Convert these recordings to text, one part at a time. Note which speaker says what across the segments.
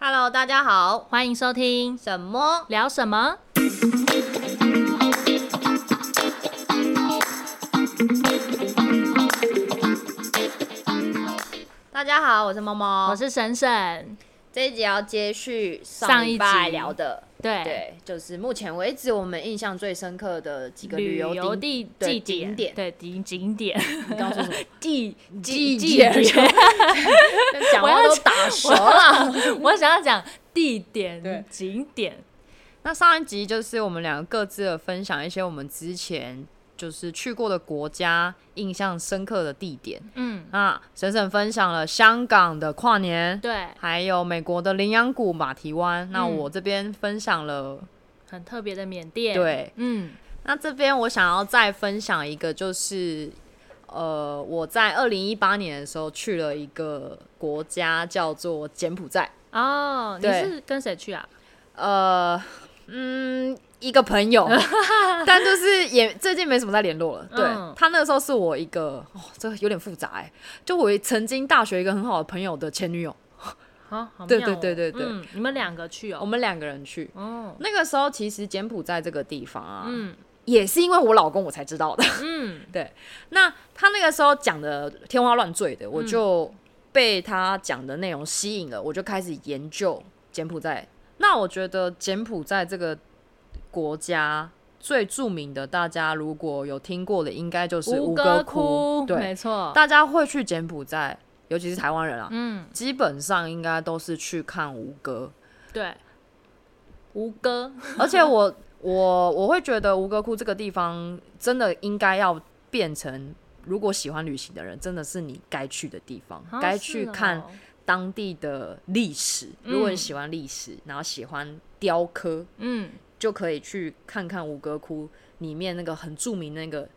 Speaker 1: Hello，大家好，
Speaker 2: 欢迎收听
Speaker 1: 什么？
Speaker 2: 聊什么？
Speaker 1: 大家好，我是猫猫。
Speaker 2: 我是沈沈。
Speaker 1: 这一集要接续
Speaker 2: 上
Speaker 1: 上
Speaker 2: 一
Speaker 1: 一拜
Speaker 2: 集哎
Speaker 1: 聊的，
Speaker 2: 对，
Speaker 1: 对，就是目前为止我们印象最深刻的几个
Speaker 2: 旅
Speaker 1: 旅游
Speaker 2: 游
Speaker 1: 地。
Speaker 2: 地
Speaker 1: 对
Speaker 2: 地
Speaker 1: 景点
Speaker 2: 对景景点
Speaker 1: 你刚说什么？
Speaker 2: 地
Speaker 1: 季
Speaker 2: 地
Speaker 1: 节 讲
Speaker 2: 我
Speaker 1: 话
Speaker 2: 要
Speaker 1: 都 打折了。
Speaker 2: 我想要讲地
Speaker 1: 对
Speaker 2: 点景点，
Speaker 1: 那上一集就是我们两个各自的分享一些我们之前就是去过的国家印象深刻的地点。
Speaker 2: 嗯，
Speaker 1: 那沈沈分享了香港的跨年，
Speaker 2: 对，
Speaker 1: 还有美国的羚羊谷、马蹄湾。那
Speaker 2: 嗯
Speaker 1: 我这边分享了，
Speaker 2: 很特别的缅甸，，
Speaker 1: 对，
Speaker 2: 嗯，
Speaker 1: 那这边我想要再分享一个，就是呃，我在二零一八年的时候去了一个国家叫做柬埔寨，
Speaker 2: 哦，你
Speaker 1: 对
Speaker 2: 是跟谁去啊？
Speaker 1: 呃，嗯，一个朋 友，但就是也最近没什么在联络了。对、
Speaker 2: 嗯
Speaker 1: 他那个时候是我一个，哦，这有点复杂哎、就我曾经大学一个很好的朋友的前女友，
Speaker 2: 好，好
Speaker 1: 对
Speaker 2: 妙哦
Speaker 1: 对对对对
Speaker 2: 嗯，你们两个去
Speaker 1: 我
Speaker 2: 哦，
Speaker 1: 们两个人去。
Speaker 2: 哦，
Speaker 1: 那个时候其实柬埔寨这个地方啊，
Speaker 2: 嗯
Speaker 1: 也是因为我老公我才知道的。
Speaker 2: 嗯，
Speaker 1: 那他那个时候讲的天花乱坠的，我就
Speaker 2: 嗯
Speaker 1: 被他讲的内容吸引了，我就开始研究柬埔寨。那我觉得柬埔寨这个国家最著名的，大家如果有听过的，应该就是
Speaker 2: 吴
Speaker 1: 吴
Speaker 2: 哥
Speaker 1: 哥
Speaker 2: 窟，
Speaker 1: 对，
Speaker 2: 没错，
Speaker 1: 大家会去柬埔寨，尤其是台湾人啊，
Speaker 2: 嗯，
Speaker 1: 基本上应该都是去看吴哥。
Speaker 2: 对，吴哥，
Speaker 1: 而且我我我会觉得吴哥窟这个地方真的应该要变成，如果喜欢旅行的人，真的是你该去的地方
Speaker 2: 啊，
Speaker 1: 该
Speaker 2: 是
Speaker 1: 去
Speaker 2: 哦
Speaker 1: 看当地的历史。
Speaker 2: 嗯
Speaker 1: 如果你喜欢历史，然后喜欢雕刻，
Speaker 2: 嗯，
Speaker 1: 就可以去看看吴哥窟里面那个很著名那个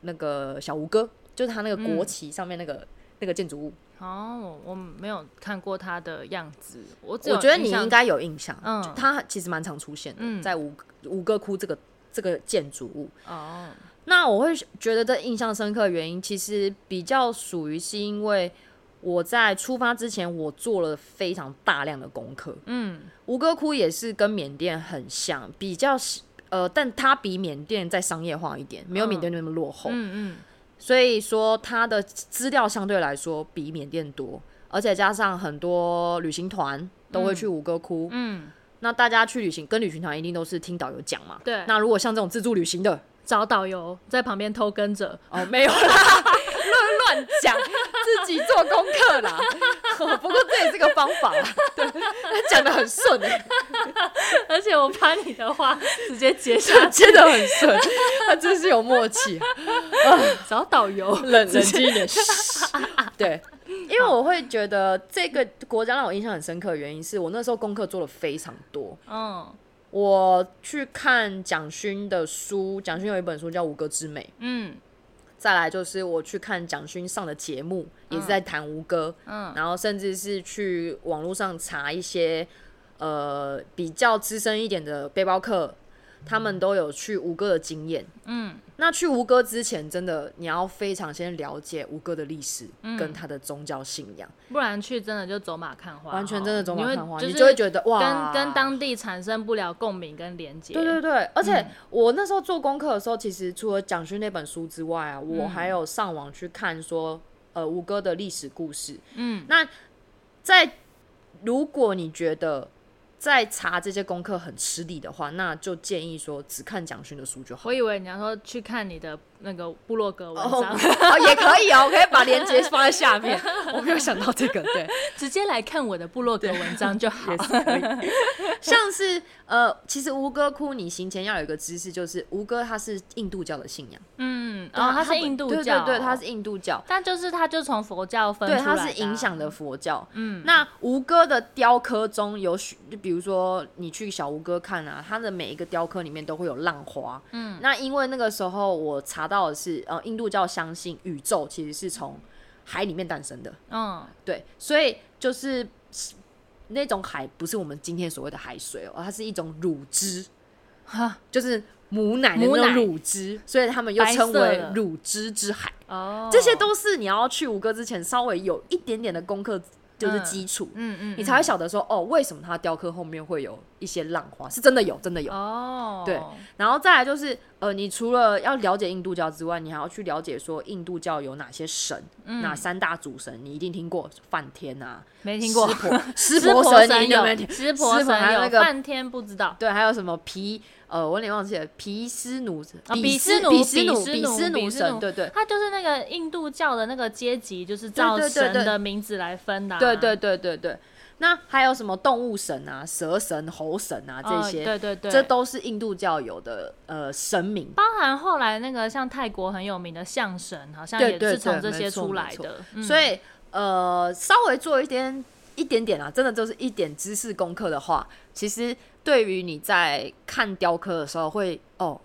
Speaker 1: 那个小吴哥，就是他那个
Speaker 2: 嗯
Speaker 1: 国旗上面那个、那个建筑物。
Speaker 2: 哦，我没有看过他的样子，我只有
Speaker 1: 我觉得你
Speaker 2: 印象
Speaker 1: 应该有印象，
Speaker 2: 嗯
Speaker 1: 就它其实蛮常出现的，
Speaker 2: 嗯
Speaker 1: 在吴吴哥窟这个这个建筑物。
Speaker 2: 哦，
Speaker 1: 那我会觉得这印象深刻的原因，其实比较属于是因为我在出发之前，我做了非常大量的功课。
Speaker 2: 嗯，
Speaker 1: 吴哥窟也是跟缅甸很像，比较是呃，但它比缅甸再商业化一点，没有
Speaker 2: 嗯
Speaker 1: 缅甸那么落后，
Speaker 2: 嗯嗯，
Speaker 1: 所以说它的资料相对来说比缅甸多，而且加上很多旅行团都会去吴哥窟，
Speaker 2: 嗯，
Speaker 1: 那大家去旅行跟旅行团一定都是听导游讲嘛。
Speaker 2: 对
Speaker 1: 那如果像这种自助旅行的，
Speaker 2: 找导游在旁边偷跟着，
Speaker 1: 哦，没有啦， 乱乱讲，自己做功课啦。 不过这也是个方法啦，对，他讲的很顺诶、
Speaker 2: 而且我把你 的话直接接下，
Speaker 1: 接的很顺， 他真是有默契、啊。
Speaker 2: 找导游，
Speaker 1: 冷冷静一点，嘘 对，因为我会觉得这个国家让我印象很深刻，的原因是我那时候功课做的非常多。
Speaker 2: 嗯
Speaker 1: 我去看蒋勋的书，蒋勋有一本书叫《吴哥之美》，
Speaker 2: 嗯
Speaker 1: 再来就是我去看蒋勋上的节目，也是在谈吴哥，
Speaker 2: 嗯
Speaker 1: 然后甚至是去网络上查一些呃比较资深一点的背包客，他们都有去吴哥的经验。
Speaker 2: 嗯
Speaker 1: 那去吴哥之前，真的你要非常先了解吴哥的历史
Speaker 2: 嗯
Speaker 1: 跟他的宗教信仰，
Speaker 2: 不然去真的就走马看花哦，
Speaker 1: 完全真的走马看花，
Speaker 2: 你
Speaker 1: 你
Speaker 2: 会
Speaker 1: 就会觉得哇，
Speaker 2: 跟跟当地产生不了共鸣跟连接，
Speaker 1: 对对对，而且
Speaker 2: 嗯
Speaker 1: 我那时候做功课的时候，其实除了蒋勋那本书之外啊，我
Speaker 2: 嗯
Speaker 1: 还有上网去看说，呃，吴哥的历史故事。
Speaker 2: 嗯，
Speaker 1: 那在如果你觉得在查这些功课很吃力的话，那就建议说只看蒋勋的书就好
Speaker 2: 我。以为你要说去看你的那个部落格文
Speaker 1: 哦，
Speaker 2: 章，
Speaker 1: 哦也可以哦，我可以把链接放在下 面。我没有想到这个，对，
Speaker 2: 直接来看我的部落格文章就 好
Speaker 1: 也。是可以。像是呃，其实吴哥窟，你行前要有一个知识，就是吴哥他是印度教的信仰。
Speaker 2: 嗯，哦，他是
Speaker 1: 本
Speaker 2: 印度
Speaker 1: 对
Speaker 2: 教，哦
Speaker 1: 对对，他是印度教，
Speaker 2: 但就是他就从佛教分出
Speaker 1: 对，
Speaker 2: 来的啊、
Speaker 1: 它是影响的佛教。
Speaker 2: 嗯
Speaker 1: 那吴哥的雕刻中有许，就比如说你去小吴哥看啊，他的每一个雕刻里面都会有浪花。嗯，那因为那个时候我查到的是，呃，印度教相信宇宙其实是从海里面诞生的，
Speaker 2: 嗯
Speaker 1: 对，所以就是那种海不是我们今天所谓的海水哦，它是一种乳汁，
Speaker 2: 哈
Speaker 1: 就是母奶的
Speaker 2: 母
Speaker 1: 那种
Speaker 2: 奶
Speaker 1: 乳汁，所以他们又
Speaker 2: 白
Speaker 1: 称
Speaker 2: 色
Speaker 1: 为
Speaker 2: 的
Speaker 1: 乳汁之海。
Speaker 2: 哦，
Speaker 1: 这些都是你要去五哥之前稍微有一点点的功课
Speaker 3: 就是
Speaker 2: 嗯
Speaker 3: 基础，
Speaker 2: 嗯嗯，
Speaker 1: 你才会晓得说哦，为什么它雕刻后面会有一些浪花，是真的有，真的有。
Speaker 2: 哦，
Speaker 1: 对然后再来就是，呃，你除了要了解印度教之外，你还要去了解说印度教有哪些神，
Speaker 2: 嗯
Speaker 1: 哪三大主神，你一定听过梵天啊，
Speaker 2: 没听过
Speaker 1: 湿。 婆湿
Speaker 2: 湿
Speaker 1: 婆
Speaker 2: 婆
Speaker 1: 神，你
Speaker 2: 神
Speaker 1: 有没有
Speaker 2: 有，
Speaker 1: 听？
Speaker 2: 湿婆
Speaker 1: 湿婆还
Speaker 2: 神
Speaker 1: 有那
Speaker 2: 有，
Speaker 1: 个
Speaker 2: 半天不知道。
Speaker 1: 对，还有什么皮呃，我有点忘记了，皮斯努
Speaker 2: 啊
Speaker 1: 比
Speaker 2: 比
Speaker 1: 斯
Speaker 2: 斯努
Speaker 1: 比斯
Speaker 2: 比
Speaker 1: 努
Speaker 2: 斯
Speaker 1: 比
Speaker 2: 努
Speaker 1: 斯
Speaker 2: 比
Speaker 1: 努
Speaker 2: 斯
Speaker 1: 神，
Speaker 2: 努
Speaker 1: 对对
Speaker 2: 它就是那个印度教的那个阶级，就是
Speaker 1: 对
Speaker 2: 照
Speaker 1: 对对
Speaker 2: 神
Speaker 1: 对
Speaker 2: 的名字来分的啊。
Speaker 1: 对对对对对。那还有什么动物神啊、蛇神、猴神啊这
Speaker 2: 哦
Speaker 1: 些，
Speaker 2: 对对对，
Speaker 1: 这都是印度教有的呃神明。
Speaker 2: 包含后来那个像泰国很有名的象神，好像
Speaker 1: 对
Speaker 2: 也
Speaker 1: 对
Speaker 2: 是从
Speaker 1: 对
Speaker 2: 这
Speaker 1: 没
Speaker 2: 些
Speaker 1: 错
Speaker 2: 出
Speaker 1: 没
Speaker 2: 来
Speaker 1: 错
Speaker 2: 的。嗯
Speaker 1: 所以呃，稍微做一点一点点啊，真的就是一点知识功课的话，其实对于你在看雕刻的时候会哦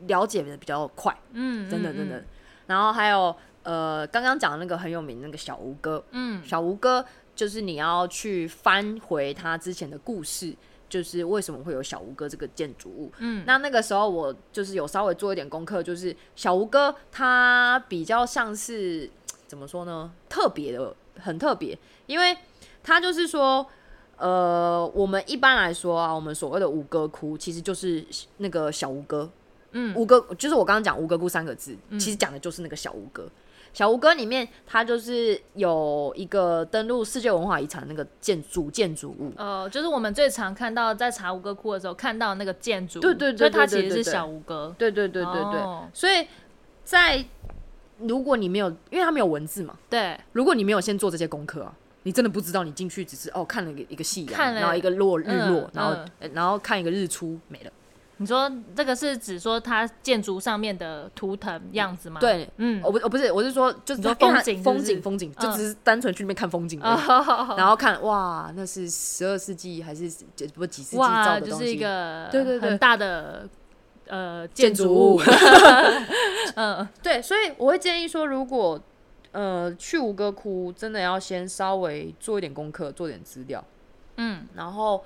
Speaker 1: 了解的比较快，
Speaker 2: 嗯，
Speaker 1: 真的
Speaker 2: 嗯
Speaker 1: 真的。，然后还有呃，刚刚讲的那个很有名的那个小吴哥，
Speaker 2: 嗯，
Speaker 1: 小吴哥就是你要去翻回他之前的故事，就是为什么会有小吴哥这个建筑物。
Speaker 2: 嗯
Speaker 1: 那那个时候我就是有稍微做一点功课，就是小吴哥他比较像是怎么说呢？特别的，很特别，因为他就是说。呃，我们一般来说啊，我们所谓的吴哥窟其实就是那个小吴哥，
Speaker 2: 嗯
Speaker 1: 吴哥就是我刚刚讲吴哥窟三个字，其实讲的就是那个小吴哥。小吴哥里面，它就是有一个登录世界文化遗产那个建主建筑物，
Speaker 2: 呃，就是我们最常看到在查吴哥窟的时候看到那个建筑，
Speaker 1: 对对对
Speaker 2: 所以它
Speaker 1: 对对
Speaker 2: 其实
Speaker 1: 对
Speaker 2: 是
Speaker 1: 对
Speaker 2: 小吴哥。
Speaker 1: 对对对对对，
Speaker 2: 哦
Speaker 1: 所以在如果你没有，因为它没有文字嘛，
Speaker 2: 对，
Speaker 1: 如果你没有先做这些功课啊，你真的不知道，你进去只是哦看了一个一个夕阳，
Speaker 2: 看了
Speaker 1: 然后一个落日落，
Speaker 2: 嗯
Speaker 1: 然后、
Speaker 2: 嗯
Speaker 1: 呃然后看一个日出没了。
Speaker 2: 你说这个是指说它建筑上面的图腾样子吗？，
Speaker 1: 对，哦
Speaker 2: 嗯，
Speaker 1: 我不我不是我是说就是
Speaker 2: 你说
Speaker 1: 因为它
Speaker 2: 风景是不
Speaker 1: 风
Speaker 2: 是
Speaker 1: 景风景，就
Speaker 2: 嗯
Speaker 1: 只是单纯去那边看风景而已。
Speaker 2: 哦，
Speaker 1: 然后看哇，那是十二世纪还是几不几世纪造
Speaker 2: 哇，
Speaker 1: 的
Speaker 2: 就
Speaker 1: 东
Speaker 2: 是
Speaker 1: 西？
Speaker 2: 一个
Speaker 1: 对对对
Speaker 2: 很大的呃
Speaker 1: 建
Speaker 2: 筑
Speaker 1: 筑物。
Speaker 2: 嗯，
Speaker 1: 对，所以我会建议说，如果呃去吴哥窟，真的要先稍微做一点功课，做点资料，
Speaker 2: 嗯，
Speaker 1: 然后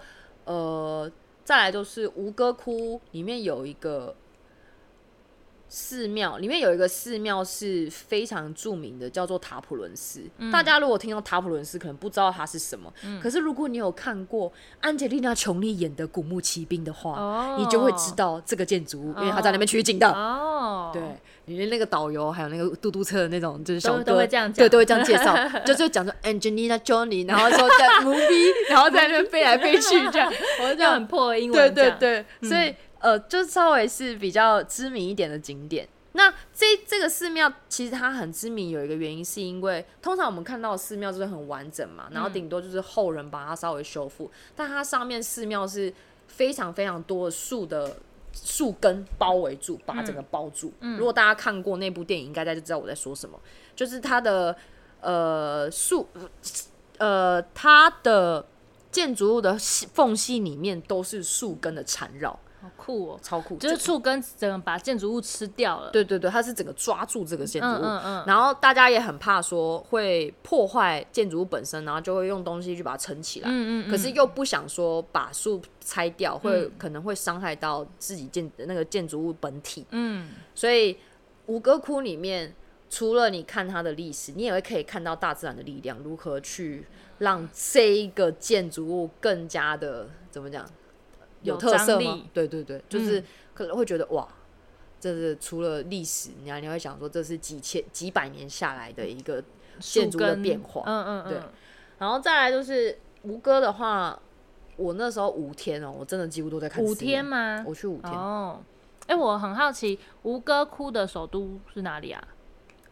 Speaker 1: 呃再来就是吴哥窟里面有一个。寺庙里面有一个寺庙是非常著名的，叫做塔普伦寺。大家如果听到塔普伦寺，可能不知道它是什么。可是如果你有看过安吉丽娜·琼丽演的《古墓奇兵》的话，
Speaker 2: 哦，
Speaker 1: 你就会知道这个建筑物，因为他在那边取景的。
Speaker 2: 哦，
Speaker 1: 对，你的那个导游还有那个嘟嘟车的那种，就是小
Speaker 2: 都
Speaker 1: 哥
Speaker 2: 都会这样讲
Speaker 1: 对，都会这样介 绍，就是讲说 Angelina Jolie，然后说在 movie，然后在那边飞来飞去 这 样，我就这
Speaker 2: 就
Speaker 1: 样
Speaker 2: 很破英
Speaker 1: 对
Speaker 2: 文，嗯
Speaker 1: 对，对，所以呃，就稍微是比较知名一点的景点。那这这个寺庙其实它很知名，有一个原因是因为通常我们看到的寺庙就是很完整嘛，然
Speaker 2: 嗯
Speaker 1: 后顶多就是后人把它稍微修复，但它上面寺庙是非常非常多的树的树根包围住，把它
Speaker 2: 嗯
Speaker 1: 整个包住。如果大家看过那部电影，应该大家就知道我在说什么，就是它的呃树呃它的建筑物的隙缝隙里面都是树根的缠绕，
Speaker 2: 好酷哦，
Speaker 1: 超酷，
Speaker 2: 就是
Speaker 1: 整
Speaker 2: 树根整个把建筑物吃掉了，
Speaker 1: 对对对，它是整个抓住这个建筑物。
Speaker 2: 嗯嗯嗯
Speaker 1: 然后大家也很怕说会破坏建筑物本身，然后就会用东西去把它撑起来。
Speaker 2: 嗯嗯嗯嗯
Speaker 1: 可是又不想说把树拆掉，会、可能会伤害到自己建那个建筑物本体。
Speaker 2: 嗯，
Speaker 1: 所以吴哥窟里面，除了你看它的历史，你也会可以看到大自然的力量如何去让这一个建筑物更加的怎么讲有
Speaker 2: 有
Speaker 1: 特色
Speaker 2: 张
Speaker 1: 吗
Speaker 2: 力？嗯
Speaker 1: 对对对，就是可能会觉得、哇。这是除了历史，你还你会想说这是几千几百年下来的一个建筑
Speaker 2: 树
Speaker 1: 的
Speaker 2: 根
Speaker 1: 变化，
Speaker 2: 嗯嗯嗯，
Speaker 1: 对然后再来就是吴哥的话，我那时候五天哦、我真的几乎都在看
Speaker 2: 五
Speaker 1: 寺
Speaker 2: 天
Speaker 1: 庙，
Speaker 2: 吗？
Speaker 1: 我去五天，
Speaker 2: 哦，哎、我很好奇，吴哥窟的首都是哪里啊？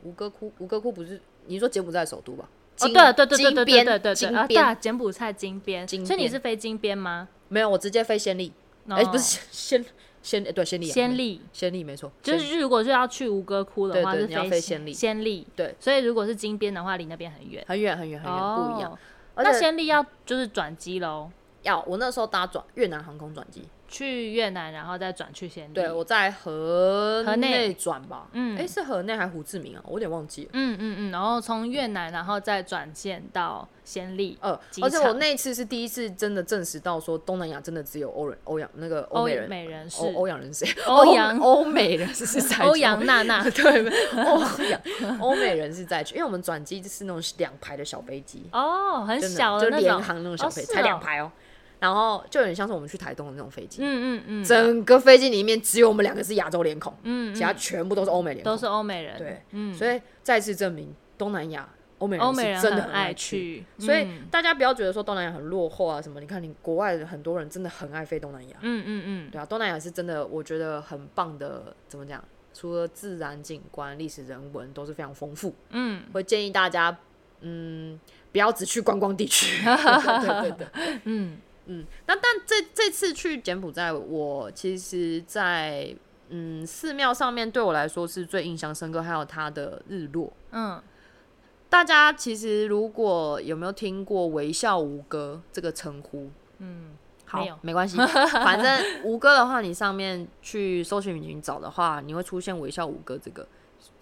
Speaker 1: 吴哥窟，吴哥窟不是你说柬埔寨首都吧？
Speaker 2: 哦，
Speaker 1: 金
Speaker 2: 对对对对对
Speaker 1: 金
Speaker 2: 对
Speaker 1: 边
Speaker 2: 对对
Speaker 1: 金
Speaker 2: 对，啊，对
Speaker 1: 边、
Speaker 2: 啊，柬埔寨金边，
Speaker 1: 金
Speaker 2: 所以你
Speaker 1: 边
Speaker 2: 是飞金边吗？
Speaker 1: 没有，我直接飞暹粒，哎、
Speaker 2: 哦
Speaker 1: 不是暹暹暹对暹粒啊，
Speaker 2: 暹
Speaker 1: 没
Speaker 2: 粒，
Speaker 1: 暹粒没错，
Speaker 2: 哦就是如果是要去吴哥窟
Speaker 1: 对
Speaker 2: 的话，
Speaker 1: 对
Speaker 2: 是
Speaker 1: 你要
Speaker 2: 飞
Speaker 1: 飞暹
Speaker 2: 暹
Speaker 1: 粒
Speaker 2: 暹粒，
Speaker 1: 对
Speaker 2: 所以如果是金边的话，离那边很远，
Speaker 1: 很远很远很远、不一样
Speaker 2: 哦。
Speaker 1: 而
Speaker 2: 那
Speaker 1: 且
Speaker 2: 暹粒要就是转机喽，嗯
Speaker 1: 要我那时候搭转越南航空转机，
Speaker 2: 去越南，然后再转去暹粒。
Speaker 1: 对我在河
Speaker 2: 河内
Speaker 1: 内转吧，
Speaker 2: 嗯
Speaker 1: 哎，是河内还是胡志明啊？我有点忘记了。
Speaker 2: 嗯嗯嗯，然后从越南，然后再转线到暹粒。
Speaker 1: 呃
Speaker 2: 机，
Speaker 1: 而且
Speaker 2: 场
Speaker 1: 我那一次是第一次真的证实到说东南亚真的只有欧人、欧洋那个欧
Speaker 2: 欧
Speaker 1: 美人、
Speaker 2: 美人是
Speaker 1: 欧欧洋人是谁？
Speaker 2: 欧洋
Speaker 1: 欧美人是在，
Speaker 2: 欧阳娜娜
Speaker 1: 对欧洋 欧美人是在去，因为我们转机就是那种两排的小飞机，
Speaker 2: 哦，很
Speaker 1: 真
Speaker 2: 小
Speaker 1: 的
Speaker 2: 的
Speaker 1: 就
Speaker 2: 那
Speaker 1: 联
Speaker 2: 种，
Speaker 1: 航那种小
Speaker 2: 哦
Speaker 1: 飞
Speaker 2: 是
Speaker 1: 机，才两
Speaker 2: 哦
Speaker 1: 排哦，然后就有点像是我们去台东的那种飞机，
Speaker 2: 嗯嗯嗯，
Speaker 1: 整个飞机里面只有我们两个是亚洲脸孔，
Speaker 2: 嗯
Speaker 1: 其
Speaker 2: 嗯
Speaker 1: 他全部都是欧美脸孔，
Speaker 2: 都是欧美人，
Speaker 1: 对，
Speaker 2: 嗯，
Speaker 1: 所以再次证明东南亚欧美
Speaker 2: 欧美
Speaker 1: 人
Speaker 2: 人
Speaker 1: 是真的
Speaker 2: 很
Speaker 1: 爱
Speaker 2: 爱。去，
Speaker 1: 所以
Speaker 2: 嗯
Speaker 1: 大家不要觉得说东南亚很落后啊什么，你看你国外的很多人真的很爱飞东南亚，
Speaker 2: 嗯嗯嗯，
Speaker 1: 对啊，东南亚是真的我觉得很棒的，怎么讲？除了自然景观、历史人文都是非常丰富，
Speaker 2: 嗯，
Speaker 1: 会建议大家，嗯，不要只去观光地 区。对对对，
Speaker 2: 嗯，
Speaker 1: 嗯，那但这这次去柬埔寨，我其实在嗯寺庙上面对我来说是最印象深刻，还有它的日落。
Speaker 2: 嗯，
Speaker 1: 大家其实如果有没有听过“微笑吴哥”这个称呼？
Speaker 2: 嗯，
Speaker 1: 好
Speaker 2: 没有，
Speaker 1: 没关 系，反正吴哥的话，你上面去搜寻引擎找的话，你会出现“微笑吴哥”这个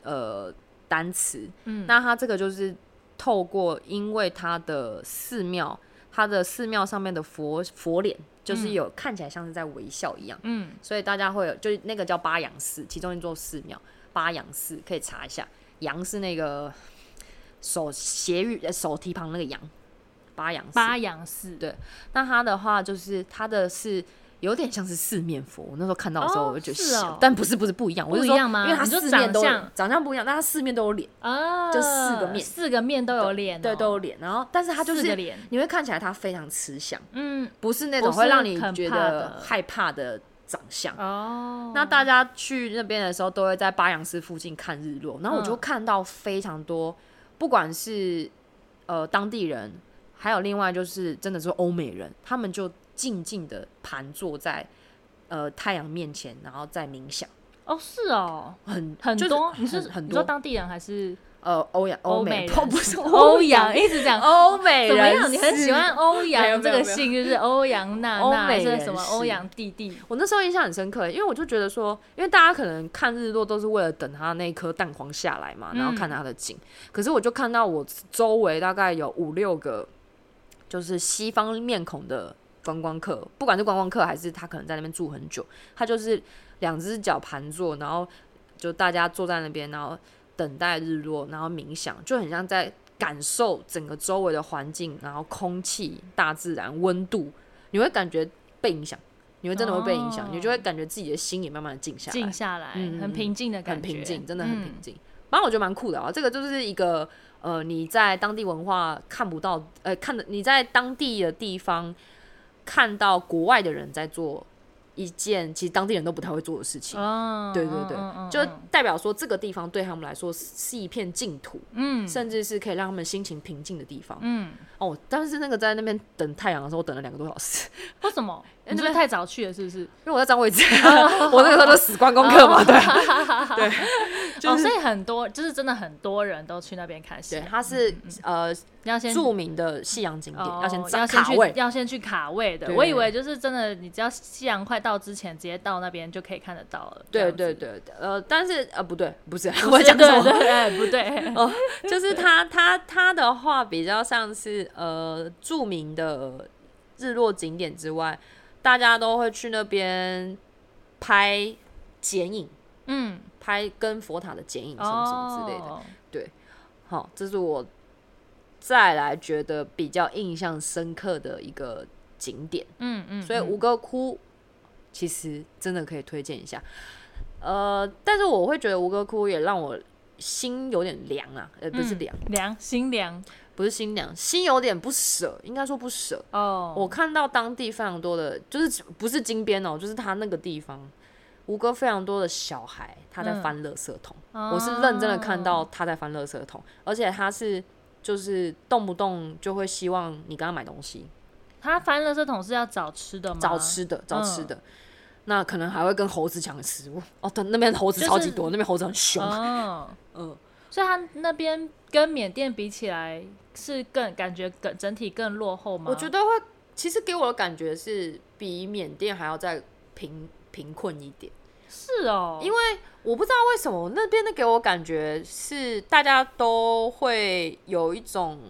Speaker 1: 呃单词。
Speaker 2: 嗯
Speaker 1: 那它这个就是透过，因为它的寺庙，它的寺庙上面的佛佛脸，就是有、看起来像是在微笑一样，
Speaker 2: 嗯，
Speaker 1: 所以大家会有，就是那个叫巴扬寺，其中一座寺庙，巴扬寺可以查一下，扬是那个手斜玉呃手提旁那个扬，巴扬寺。
Speaker 2: 巴扬寺，
Speaker 1: 对那它的话就是它的是。有点像是四面佛，我那时候看到的时候
Speaker 2: 哦
Speaker 1: 我就觉得
Speaker 2: 是
Speaker 1: 像，
Speaker 2: 哦
Speaker 1: 但不是不是不一样，我是
Speaker 2: 不一
Speaker 1: 说
Speaker 2: 样吗
Speaker 1: 因为它
Speaker 2: 你说
Speaker 1: 四面都有
Speaker 2: 长相
Speaker 1: 长相不一样，但它四面都有脸，
Speaker 2: 啊，
Speaker 1: 就四个面
Speaker 2: 四个面都有脸哦，
Speaker 1: 对，都有脸。然后，但是它就
Speaker 2: 四个
Speaker 1: 是
Speaker 2: 脸
Speaker 1: 你会看起来它非常慈祥，
Speaker 2: 嗯，
Speaker 1: 不是那种
Speaker 2: 不是
Speaker 1: 会让你
Speaker 2: 很
Speaker 1: 觉
Speaker 2: 怕
Speaker 1: 得
Speaker 2: 的
Speaker 1: 害怕的长相。
Speaker 2: 哦，
Speaker 1: 那大家去那边的时候，都会在巴扬寺附近看日落，然后我就
Speaker 2: 嗯
Speaker 1: 看到非常多，不管是呃当地人，还有另外就是真的是欧美人，他们就静静的盘坐在呃太阳面前，然后在冥想，
Speaker 2: 哦是哦，
Speaker 1: 很
Speaker 2: 很
Speaker 1: 就是
Speaker 2: 多，你
Speaker 1: 很
Speaker 2: 是
Speaker 1: 很
Speaker 2: 你说
Speaker 1: 多
Speaker 2: 当地人还是
Speaker 1: 呃欧阳 欧
Speaker 2: 美
Speaker 1: 美
Speaker 2: 人？
Speaker 1: 不是
Speaker 2: 欧
Speaker 1: 阳
Speaker 2: 阳，一直 讲
Speaker 1: 欧美
Speaker 2: 怎
Speaker 1: 人
Speaker 2: 么样？你很
Speaker 1: 是
Speaker 2: 喜欢欧
Speaker 1: 没有
Speaker 2: 阳
Speaker 1: 没
Speaker 2: 这
Speaker 1: 有
Speaker 2: 个
Speaker 1: 没有
Speaker 2: 姓，就是欧阳娜
Speaker 1: 欧
Speaker 2: 娜，还
Speaker 1: 美
Speaker 2: 是
Speaker 1: 人
Speaker 2: 什么
Speaker 1: 士
Speaker 2: 欧阳弟弟？
Speaker 1: 我那时候印象很深刻，因为我就觉得说，因为大家可能看日落都是为了等它那一颗蛋黄下来嘛，
Speaker 2: 嗯
Speaker 1: 然后看它的景。可是我就看到我周围大概有五六个，就是西方面孔的观光客，不管是观光客还是他可能在那边住很久，他就是两只脚盘坐，然后就大家坐在那边，然后等待日落，然后冥想，就很像在感受整个周围的环境，然后空气、大自然、温度，你会感觉被影响，你会真的会被影响，
Speaker 2: 哦
Speaker 1: 你就会感觉自己的心也慢慢的静下
Speaker 2: 静
Speaker 1: 来，
Speaker 2: 下来，
Speaker 1: 嗯嗯
Speaker 2: 很
Speaker 1: 嗯
Speaker 2: 平静的感
Speaker 1: 很
Speaker 2: 觉，
Speaker 1: 平静，真的很
Speaker 2: 嗯
Speaker 1: 平静。反正我觉得蛮酷的啊，这个就是一个呃，你在当地文化看不到，呃，看的你在当地的地方看到国外的人在做一件其实当地人都不太会做的事情，
Speaker 2: 哦，
Speaker 1: 对对对
Speaker 2: 嗯嗯嗯
Speaker 1: 就代表说这个地方对他们来说是是一片净土，
Speaker 2: 嗯
Speaker 1: 甚至是可以让他们心情平静的地方。
Speaker 2: 嗯，
Speaker 1: 哦，但是那个在那边等太阳的时候，我等了两个多小时，
Speaker 2: 为什么？
Speaker 1: 因为那
Speaker 2: 你是不
Speaker 1: 边
Speaker 2: 是太早去了？是不是？
Speaker 1: 因为我在占位置， 我那个时候都死观光客嘛，
Speaker 2: 嗯
Speaker 1: 对啊，
Speaker 2: 哦，所以很多就是真的很多人都去那边看戏
Speaker 1: 对，，它是呃
Speaker 2: 要嗯先
Speaker 1: 著名的夕阳景点，
Speaker 2: 哦
Speaker 1: 要先
Speaker 2: 要
Speaker 1: 占
Speaker 2: 先
Speaker 1: 卡
Speaker 2: 去
Speaker 1: 位，
Speaker 2: 要先去卡位的。
Speaker 1: 对
Speaker 2: 我以为就是真的，你只要夕阳快到之前，直接到那边就可以看得到了。这样
Speaker 1: 对
Speaker 2: 子
Speaker 1: 对，对，呃，但是呃不对， 不是，
Speaker 2: 不
Speaker 1: 我
Speaker 2: 是
Speaker 1: 在讲什
Speaker 2: 对
Speaker 1: 么？
Speaker 2: 对对，不对，
Speaker 1: 哦，就是它它它的话比较像是呃著名的日落景点之外，大家都会去那边拍剪影，
Speaker 2: 嗯，
Speaker 1: 拍跟佛塔的剪 影什么什么之类的。
Speaker 2: 哦，
Speaker 1: 好、这是我再来觉得比较印象深刻的一个景点。
Speaker 2: 嗯嗯，
Speaker 1: 所以吴哥窟其实真的可以推荐一下。呃，但是我会觉得吴哥窟也让我心有点凉啊，呃，不是
Speaker 2: 嗯
Speaker 1: 凉，
Speaker 2: 凉心凉
Speaker 1: 不是心凉，心有点不舍，应该说不舍。
Speaker 2: 哦，
Speaker 1: 我看到当地非常多的，就是不是金边哦，就是他那个地方，吴哥非常多的小孩他在
Speaker 2: 嗯哦
Speaker 1: 翻垃圾桶，我是认真的看到他在翻垃圾桶，而且他是就是动不动就会希望你跟他买东西，
Speaker 2: 他翻垃圾桶是要找吃的吗？
Speaker 1: 找吃的，找吃
Speaker 2: 嗯
Speaker 1: 的。那可能还会跟猴子抢食物哦，对，那边猴子
Speaker 2: 就
Speaker 1: 超级
Speaker 2: 是
Speaker 1: 多，那边猴子很凶。
Speaker 2: 哦，
Speaker 1: 嗯，
Speaker 2: 所以他那边跟缅甸比起来，是更感觉更整体更落后吗？
Speaker 1: 我觉得会，其实给我的感觉是比缅甸还要再贫贫困一点。
Speaker 2: 是哦，
Speaker 1: 因为我不知道为什么那边的给我感觉是大家都会有一种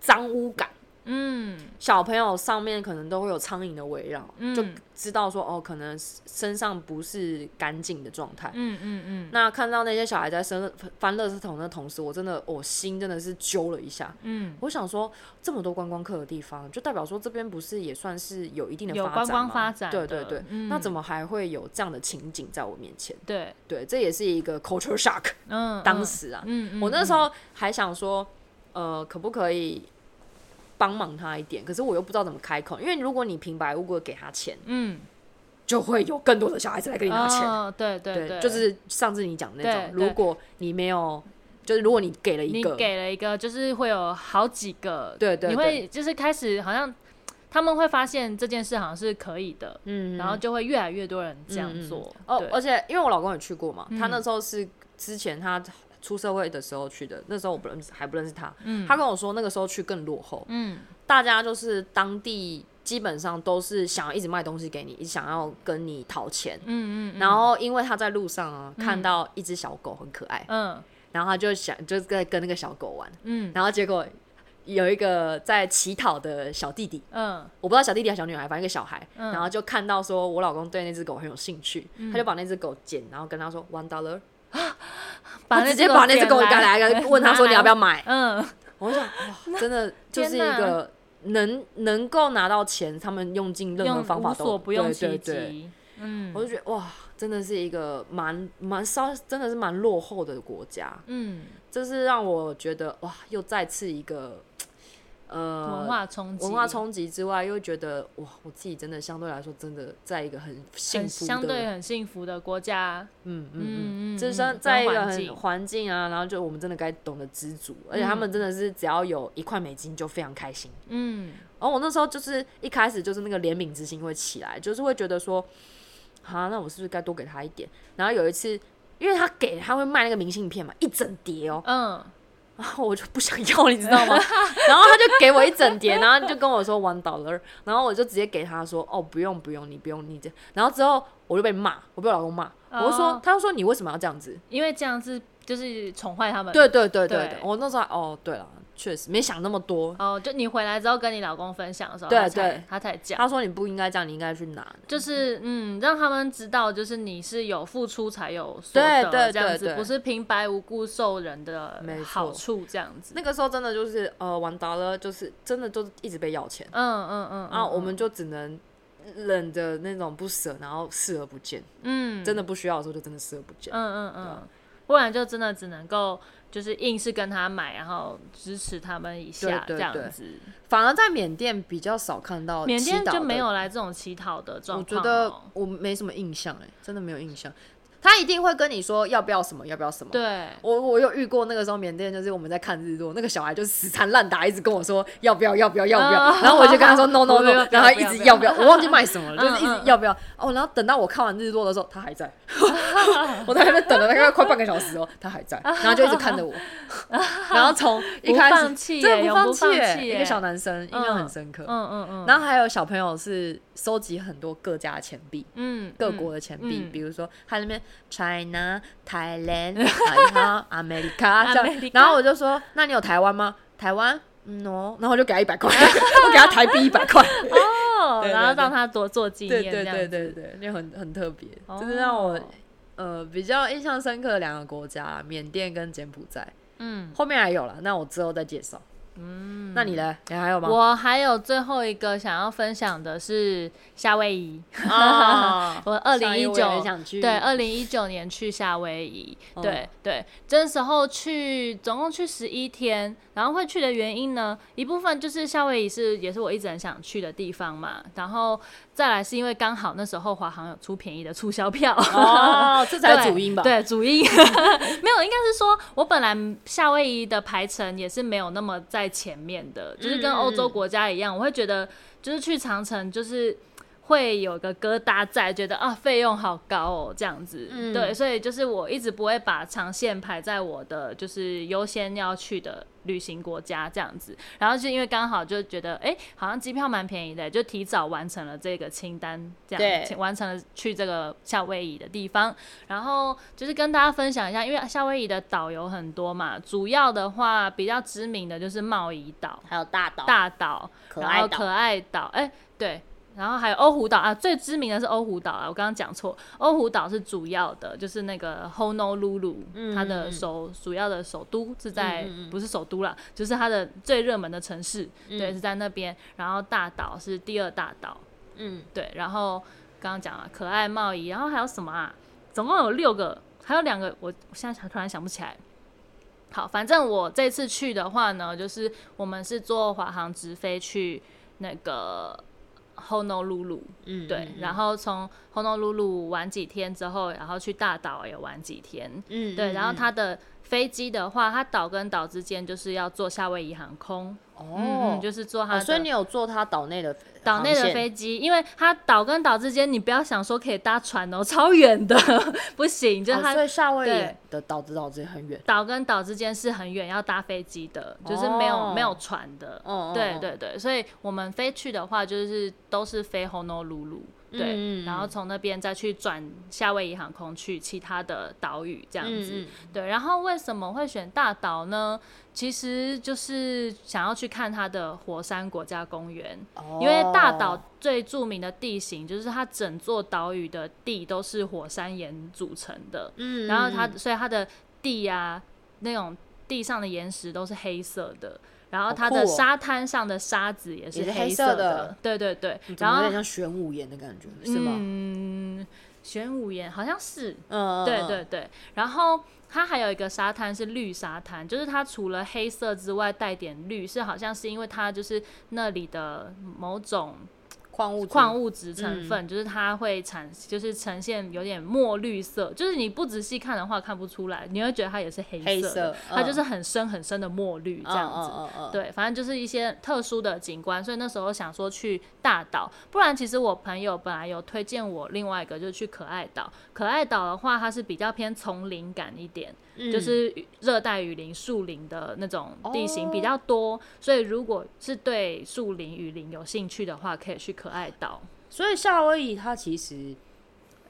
Speaker 1: 脏污感，
Speaker 2: 嗯
Speaker 1: 小朋友上面可能都会有苍蝇的围绕，
Speaker 2: 嗯
Speaker 1: 就知道说哦，可能身上不是干净的状态。
Speaker 2: 嗯嗯嗯
Speaker 1: 那看到那些小孩在生翻垃圾桶的同时，我真的我心真的是揪了一下。
Speaker 2: 嗯，
Speaker 1: 我想说，这么多观光客的地方，就代表说这边不是也算是有一定的
Speaker 2: 有
Speaker 1: 发展
Speaker 2: 观光
Speaker 1: 吗
Speaker 2: 发展
Speaker 1: 对
Speaker 2: 的
Speaker 1: 对对，
Speaker 2: 嗯
Speaker 1: 那怎么还会有这样的情景在我面前？
Speaker 2: 对，
Speaker 1: 对，这也是一个 culture shock。
Speaker 2: 嗯，
Speaker 1: 当
Speaker 2: 嗯
Speaker 1: 时啊，
Speaker 2: 嗯，嗯
Speaker 1: 我那时
Speaker 2: 嗯
Speaker 1: 候还想说，呃，可不可以帮忙他一点？可是我又不知道怎么开口，因为如果你平白无故地给他钱，
Speaker 2: 嗯，
Speaker 1: 就会有更多的小孩子来跟你拿钱。
Speaker 2: 哦对对
Speaker 1: 对，就是上次你讲的那
Speaker 2: 对
Speaker 1: 种，
Speaker 2: 对
Speaker 1: 如果你没有，就是如果你给了一
Speaker 2: 你
Speaker 1: 个，
Speaker 2: 给了一个，就是会有好几个，
Speaker 1: 对对
Speaker 2: 你
Speaker 1: 对
Speaker 2: 会就是开始好像他们会发现这件事好像是可以的，
Speaker 1: 嗯，
Speaker 2: 然后就会越来越多人这样
Speaker 1: 嗯嗯
Speaker 2: 做。
Speaker 1: 哦
Speaker 2: 对，
Speaker 1: 而且因为我老公也去过嘛，他
Speaker 2: 嗯
Speaker 1: 那时候是之前他出社会的时候去的，那时候我不认识，还不认识他。
Speaker 2: 嗯
Speaker 1: 他跟我说那个时候去更落后，
Speaker 2: 嗯
Speaker 1: 大家就是当地基本上都是想要一直卖东西给你，一直想要跟你讨钱。
Speaker 2: 嗯嗯，
Speaker 1: 然后因为他在路上啊看到一只小狗很可爱，
Speaker 2: 嗯
Speaker 1: 然后他就想就是在跟那个小狗玩，
Speaker 2: 嗯
Speaker 1: 然后结果有一个在乞讨的小弟弟，
Speaker 2: 嗯
Speaker 1: 我不知道小弟弟还是小女孩，反正一个小孩，
Speaker 2: 嗯
Speaker 1: 然后就看到说我老公对那只狗很有兴趣，他就把那只狗捡，然后跟他说 one dollar，
Speaker 2: 嗯，
Speaker 1: 他直接把那只狗
Speaker 2: 捡
Speaker 1: 赶来，问他说你要不要？买？
Speaker 2: 嗯，
Speaker 1: 我想哇，真的就是一
Speaker 2: 天哪
Speaker 1: 个能能够拿到钱，他们用尽任何
Speaker 2: 用
Speaker 1: 方法
Speaker 2: 无
Speaker 1: 都
Speaker 2: 所不用
Speaker 1: 对
Speaker 2: 其
Speaker 1: 对对，
Speaker 2: 极。嗯
Speaker 1: 我就觉得哇，真的是一个蛮蛮稍真的是蛮落后的国家，
Speaker 2: 嗯，
Speaker 1: 这是让我觉得哇，又再次一个呃
Speaker 2: 文化冲击，
Speaker 1: 文化冲击之外，又觉得哇，我自己真的相对来说，真的在一个很幸
Speaker 2: 很
Speaker 1: 福的，
Speaker 2: 相对很幸福的国家。
Speaker 1: 嗯嗯嗯，
Speaker 2: 嗯嗯，
Speaker 1: 就是
Speaker 2: 嗯
Speaker 1: 在一
Speaker 2: 跟
Speaker 1: 个
Speaker 2: 环
Speaker 1: 很
Speaker 2: 境
Speaker 1: 环境啊，然后就我们真的该懂得知足，而且他们真的是只要有一块美金就非常开心。
Speaker 2: 嗯
Speaker 1: 然后我那时候就是一开始就是那个怜悯之心会起来，就是会觉得说，啊，那我是不是该多给他一点？然后有一次。因为他给他会卖那个明信片嘛，一整叠哦，
Speaker 2: 嗯
Speaker 1: 然后我就不想要，你知道吗？ 然后他就给我一整叠，然后就跟我说 one dollar，然后我就直接给他说哦不用不用，你不用你这，然后之后我就被骂，我被我老公骂，我就说
Speaker 2: 哦
Speaker 1: 他就说你为什么要这样子？
Speaker 2: 因为这样子就是宠坏他们。
Speaker 1: 对对对对
Speaker 2: 对
Speaker 1: 对，我那时候还哦对了，确实没想那么多。
Speaker 2: 哦，就你回来之后跟你老公分享的时候，
Speaker 1: 对
Speaker 2: 他才
Speaker 1: 对
Speaker 2: 他才讲，
Speaker 1: 他说你不应该这样，你应该去拿。
Speaker 2: 就是嗯，让他们知道，就是你是有付出才有所
Speaker 1: 对
Speaker 2: 得，
Speaker 1: 对
Speaker 2: 这样
Speaker 1: 对
Speaker 2: 子
Speaker 1: 对
Speaker 2: 不是平白无故受人的
Speaker 1: 没错
Speaker 2: 好处，这样子。
Speaker 1: 那个时候真的就是呃玩达了，就是真的就是一直被要钱，
Speaker 2: 嗯嗯嗯，
Speaker 1: 然后啊
Speaker 2: 嗯
Speaker 1: 我们就只能忍着那种不舍，然后视而不见。
Speaker 2: 嗯
Speaker 1: 真的不需要的时候就真的视而不见。
Speaker 2: 嗯嗯嗯
Speaker 1: 啊，
Speaker 2: 不然就真的只能够就是硬是跟他买，然后支持他们一下
Speaker 1: 对对
Speaker 2: 这样
Speaker 1: 对
Speaker 2: 子。
Speaker 1: 反而在缅甸比较少看到
Speaker 2: 缅
Speaker 1: 祈
Speaker 2: 甸
Speaker 1: 祷
Speaker 2: 就
Speaker 1: 的
Speaker 2: 没有来这种乞讨的
Speaker 1: 我
Speaker 2: 状
Speaker 1: 觉
Speaker 2: 况
Speaker 1: 得
Speaker 2: 哦。
Speaker 1: 我没什么印象、欸，哎，真的没有印象。他一定会跟你说要不要什么，要不要什么。，
Speaker 2: 对，
Speaker 1: 我我有遇过那个时候缅甸，就是我们在看日落，那个小孩就死缠烂打，一直跟我说要不要要不要要不要，
Speaker 2: 嗯
Speaker 1: 然后我就跟他 说 no no
Speaker 2: 不要
Speaker 1: no，
Speaker 2: 不
Speaker 1: 然
Speaker 2: 要
Speaker 1: 后他
Speaker 2: 不
Speaker 1: 一
Speaker 2: 要
Speaker 1: 直
Speaker 2: 不要
Speaker 1: 要不要，我忘记卖什么了，就是一
Speaker 2: 嗯
Speaker 1: 直
Speaker 2: 嗯
Speaker 1: 要不要哦。然后等到我看完日落的时候，他还在， 我在那边等了大概快半个小时哦，他还 在，然后就一直看着我，然后从一
Speaker 2: 不
Speaker 1: 开始
Speaker 2: 放弃
Speaker 1: 真
Speaker 2: 耶
Speaker 1: 的
Speaker 2: 有
Speaker 1: 不
Speaker 2: 不
Speaker 1: 放
Speaker 2: 放
Speaker 1: 弃耶，
Speaker 2: 弃
Speaker 1: 一
Speaker 2: 耶
Speaker 1: 个小男生印象很深刻，
Speaker 2: 嗯嗯嗯，
Speaker 1: 然
Speaker 2: 后
Speaker 1: 后还有小朋友是收集很多各家的钱币，
Speaker 2: 嗯
Speaker 1: 各国的钱币，
Speaker 2: 嗯
Speaker 1: 比如说他在那边 China、Thailand 然后 America 这样
Speaker 2: America，
Speaker 1: 然后我就说，那你有台湾吗？台湾嗯 no，然后我就给他一百块，我给他台币一百 块，
Speaker 2: 哦，
Speaker 1: 对对
Speaker 2: 然后
Speaker 1: 对
Speaker 2: 让他多做纪
Speaker 1: 对
Speaker 2: 念，
Speaker 1: 对
Speaker 2: 这样
Speaker 1: 对
Speaker 2: 子。
Speaker 1: 对对，就很很特别，
Speaker 2: 哦
Speaker 1: 就是让我呃比较印象深刻的两个国家，缅甸跟柬埔寨，
Speaker 2: 嗯，
Speaker 1: 后面还有了，那我之后再介绍。嗯，那你呢？你还有 吗？
Speaker 2: 我还有最后一个想要分享的是夏威夷。
Speaker 1: 啊
Speaker 2: 我二零
Speaker 1: 上
Speaker 2: 一
Speaker 1: 我也
Speaker 2: 九
Speaker 1: 很想去
Speaker 2: 对，二零一九年去夏威夷，
Speaker 1: 哦
Speaker 2: 对对，这时候去总共去十一天，然后会去的原因呢，一部分就是夏威夷是也是我一直很想去的地方嘛，然后再来是因为刚好那时候华航有出便宜的促销票，
Speaker 1: 哦，这才是主音吧？，
Speaker 2: 对，主音没有，应该是说我本来夏威夷的排程也是没有那么
Speaker 1: 嗯
Speaker 2: 在前面的，就是跟欧洲国家一样，我会觉得就是去长城就是。会有个疙瘩在，觉得啊费用好高哦这样子，
Speaker 1: 嗯
Speaker 2: 对，所以就是我一直不会把长线排在我的就是优先要去的旅行国家这样子，然后是因为刚好就觉得哎、诶好像机票蛮便宜的，就提早完成了这个清单，这样
Speaker 1: 对
Speaker 2: 完成了去这个夏威夷的地方，然后就是跟大家分享一下，因为夏威夷的岛有很多嘛，主要的话比较知名的就是贸易岛、
Speaker 3: 还有大岛、
Speaker 2: 大岛，
Speaker 3: 可
Speaker 2: 然
Speaker 3: 爱
Speaker 2: 后
Speaker 3: 岛
Speaker 2: 可爱岛，哎、对，然后还有欧胡岛啊，最知名的是欧胡岛啊，我刚刚讲错，欧胡岛是主要的，就是那个 Honolulu，、它
Speaker 3: 嗯
Speaker 2: 的首主要的首都是在、不是首都啦，就是它的最热门的城市，对，是在那边，然后大岛是第二大岛，
Speaker 3: 嗯，
Speaker 2: 对，然后刚刚讲了可爱贸易，然后还有什么啊？总共有六个，还有两个，我我现在突然想不起来。好，反正我这次去的话呢，就是我们是坐华航直飞去那个 Honolulu，
Speaker 1: 嗯，
Speaker 2: 对，然后从 Honolulu 玩几天之后，然后去大岛也玩几天，
Speaker 1: 嗯，嗯
Speaker 2: 对，然后它的飞机的话，它岛跟岛之间就是要坐夏威夷航空，嗯，
Speaker 1: 哦
Speaker 2: 嗯，就是坐它
Speaker 1: 哦
Speaker 2: 的
Speaker 1: 所以你有坐他岛内的
Speaker 2: 岛内
Speaker 1: 航
Speaker 2: 的
Speaker 1: 线
Speaker 2: 飞机，因为它岛跟岛之间，你不要想说可以搭船哦，超远的， 不行，就是
Speaker 1: 哦
Speaker 2: 它
Speaker 1: 所以夏威夷
Speaker 2: 对
Speaker 1: 的岛子岛子也很远，
Speaker 2: 岛跟岛之间是很远，要搭飞机的，就是没有、
Speaker 1: 哦
Speaker 2: 没有船的。
Speaker 1: 哦哦
Speaker 2: 对
Speaker 1: 哦
Speaker 2: 对对，所以我们飞去的话，就是都是飞 Honolulu，对，
Speaker 1: 嗯嗯嗯
Speaker 2: 然后从那边再去转夏威夷航空去其他的岛屿这样子。
Speaker 1: 嗯嗯
Speaker 2: 对，然后为什么会选大岛呢？其实就是想要去看它的火山国家公园。
Speaker 1: 哦
Speaker 2: 因为大岛最著名的地形就是它整座岛屿的地都是火山岩组成的，
Speaker 1: 嗯
Speaker 2: 然后它
Speaker 1: 嗯嗯
Speaker 2: 所以它的地啊那种地上的岩石都是黑色的，然后
Speaker 1: 好
Speaker 2: 它
Speaker 1: 酷
Speaker 2: 的
Speaker 1: 哦
Speaker 2: 沙滩上的沙子也是
Speaker 1: 也是
Speaker 2: 黑
Speaker 1: 黑色
Speaker 2: 色
Speaker 1: 的嗯
Speaker 2: 对对对，
Speaker 1: 怎
Speaker 2: 然
Speaker 1: 么有
Speaker 2: 后
Speaker 1: 点像玄武岩的感觉，是吗？
Speaker 2: 嗯，玄武岩好像是，
Speaker 1: 嗯，
Speaker 2: 对
Speaker 1: 嗯
Speaker 2: 对，对，然后它还有一个沙滩是绿沙滩，就是它除了黑色之外带点绿，是好像是因为它就是那里的某种
Speaker 1: 矿物嗯
Speaker 2: 矿
Speaker 1: 物，
Speaker 2: 物质成分，就是它会产，就是呈现有点墨绿色，就是你不仔细看的话看不出来，你会觉得它也是黑
Speaker 1: 黑
Speaker 2: 色的
Speaker 1: 色
Speaker 2: 它就
Speaker 1: 嗯
Speaker 2: 是很深很深的墨绿这样子。
Speaker 1: 嗯嗯嗯嗯，
Speaker 2: 对，反正就是一些特殊的景观，所以那时候想说去大岛，不然其实我朋友本来有推荐我另外一个，就是去可爱岛。可爱岛的话，它是比较偏丛林感一点，
Speaker 1: 嗯
Speaker 2: 就是热带雨林、树林的那种地形
Speaker 1: 哦
Speaker 2: 比较多，所以如果是对树林、雨林有兴趣的话，可以去可爱岛。
Speaker 1: 所以夏威夷它其实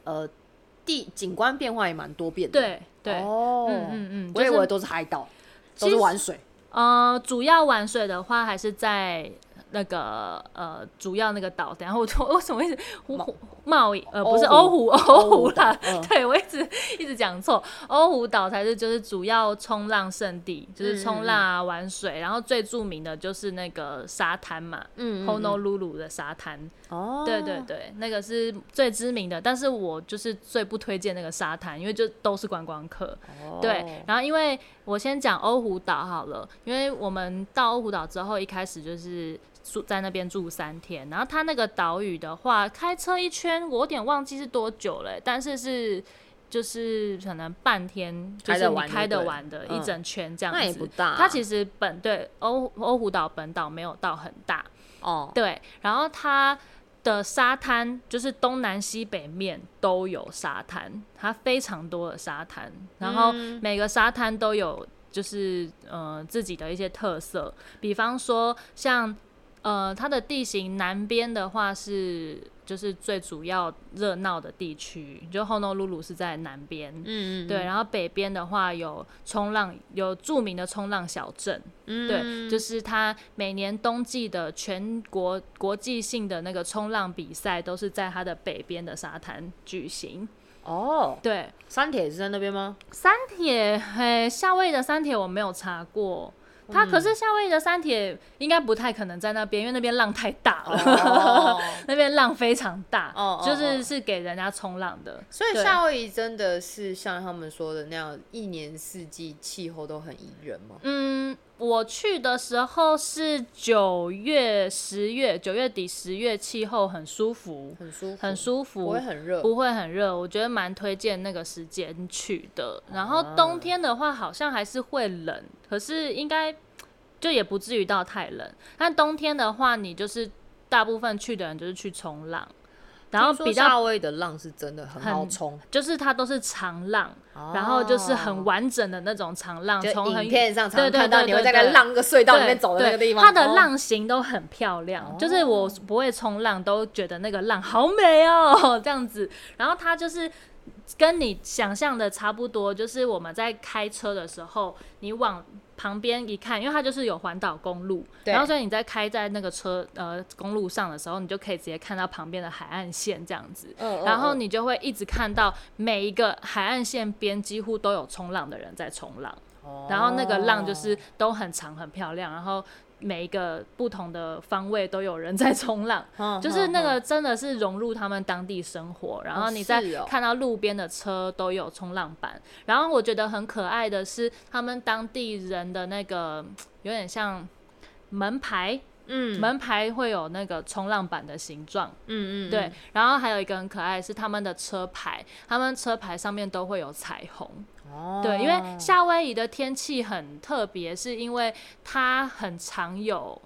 Speaker 1: 呃地景观变化也蛮多变的，
Speaker 2: 对对，
Speaker 1: 哦，
Speaker 2: 嗯嗯嗯，
Speaker 1: 我以
Speaker 2: 就是
Speaker 1: 为都是海岛，都
Speaker 2: 其
Speaker 1: 是
Speaker 2: 实
Speaker 1: 玩水，
Speaker 2: 呃，主要玩水的话还是在那个呃主要那个岛。等一下我我为什 么一直胡胡贸易呃不是
Speaker 1: 欧
Speaker 2: 欧
Speaker 1: 胡
Speaker 2: 湖 欧湖啦
Speaker 1: 岛，嗯
Speaker 2: 对我一直一直讲错，欧湖岛才是就是主要冲浪圣地，就是冲浪啊玩水，然后最著名的就是那个沙滩嘛。
Speaker 1: 嗯
Speaker 2: Honolulu 的沙滩，
Speaker 1: 哦，
Speaker 2: 对对对，那个是最知名的，但是我就是最不推荐那个沙滩，因为就都是观光客。
Speaker 1: 哦
Speaker 2: 对，然后因为我先讲欧胡岛好了，因为我们到欧胡岛之后，一开始就是住在那边住三天，然后它那个岛屿的话，开车一圈，我有点忘记是多久了、但是是就是可能半天，就
Speaker 1: 开
Speaker 2: 是
Speaker 1: 得
Speaker 2: 你
Speaker 1: 完就
Speaker 2: 开得
Speaker 1: 对了
Speaker 2: 完的
Speaker 1: 嗯
Speaker 2: 一整圈这样子。
Speaker 1: 那也不大啊，
Speaker 2: 它其实本对欧欧胡岛本岛没有到很大，
Speaker 1: 哦，
Speaker 2: 对，然后它的沙滩就是东南西北面都有沙滩，它非常多的沙滩，然后每个沙滩都有就是呃自己的一些特色，比方说像呃它的地形南边的话是。就是最主要热闹的地区，就 Honolulu 是在南边，
Speaker 1: 嗯，嗯
Speaker 2: 对，，然后北边的话有冲浪，有著名的冲浪小镇，
Speaker 1: 嗯
Speaker 2: 对，就是它每年冬季的全国国际性的那个冲浪比赛都是在它的北边的沙滩举行。
Speaker 1: 哦，
Speaker 2: 对，
Speaker 1: 三铁也是在那边吗？
Speaker 2: 三铁，嘿，夏威夷的三铁我没有查过。它可
Speaker 1: 嗯
Speaker 2: 是夏威夷的三铁应该不太可能在那边，因为那边浪太大了，
Speaker 1: 哦
Speaker 2: 那边浪非常大，
Speaker 1: 哦哦
Speaker 2: 就
Speaker 1: 哦
Speaker 2: 是是给人家冲浪的。
Speaker 1: 所以
Speaker 2: 对
Speaker 1: 夏威夷真的是像他们说的那样，一年四季气候都很宜人吗？
Speaker 2: 嗯，我去的时候是九月、十月，九月底、十月气候很舒服，
Speaker 1: 很舒服，
Speaker 2: 很舒服，
Speaker 1: 不会很热，
Speaker 2: 不会很热，我觉得蛮推荐那个时间去的。
Speaker 1: 啊
Speaker 2: 然后冬天的话，好像还是会冷，可是应该就也不至于到太冷。但冬天的话，你就是大部分去的人就是去冲浪，然后
Speaker 1: 听说
Speaker 2: 比较
Speaker 1: 夏威夷的浪是真的很
Speaker 2: 很
Speaker 1: 好冲，
Speaker 2: 就是它都是长浪，然后就是很完整的那种长浪，
Speaker 1: 哦就
Speaker 2: 从很
Speaker 1: 影片上常常
Speaker 2: 对对
Speaker 1: 看到
Speaker 2: 对
Speaker 1: 你会在
Speaker 2: 对
Speaker 1: 那
Speaker 2: 对
Speaker 1: 浪那个隧道里面走的那个
Speaker 2: 对
Speaker 1: 地
Speaker 2: 对
Speaker 1: 方，
Speaker 2: 它的
Speaker 1: 哦
Speaker 2: 浪形都很漂亮，就是我不会冲浪都觉得那个浪好美哦， 这样子。然后它就是跟你想象的差不多，就是我们在开车的时候，你往旁边一看，因为它就是有环岛公路，
Speaker 1: 对
Speaker 2: 然后所以你在开在那个车呃公路上的时候，你就可以直接看到旁边的海岸线这样子。
Speaker 1: 嗯嗯
Speaker 2: 然后
Speaker 1: 嗯
Speaker 2: 你就会一直看到每一个海岸线边几乎都有冲浪的人在冲浪。
Speaker 1: 嗯
Speaker 2: 然后那个浪
Speaker 1: 哦
Speaker 2: 就是都很长很漂亮，然后每一个不同的方位都有人在冲浪，
Speaker 1: 哦
Speaker 2: 就是那。
Speaker 1: 哼哼
Speaker 2: 个真的是融入他们当地生活。然后你再
Speaker 1: 是哦
Speaker 2: 看到路边的车都有冲浪板，然后我觉得很可爱的是他们当地人的那个有点像门牌，
Speaker 1: 嗯
Speaker 2: 门牌会有那个冲浪板的形状。
Speaker 1: 嗯嗯，
Speaker 2: 对，然后还有一个很可爱的是他们的车牌，他们车牌上面都会有彩虹，
Speaker 1: 哦
Speaker 2: 对，因为夏威夷的天气很特别，是因为它很常有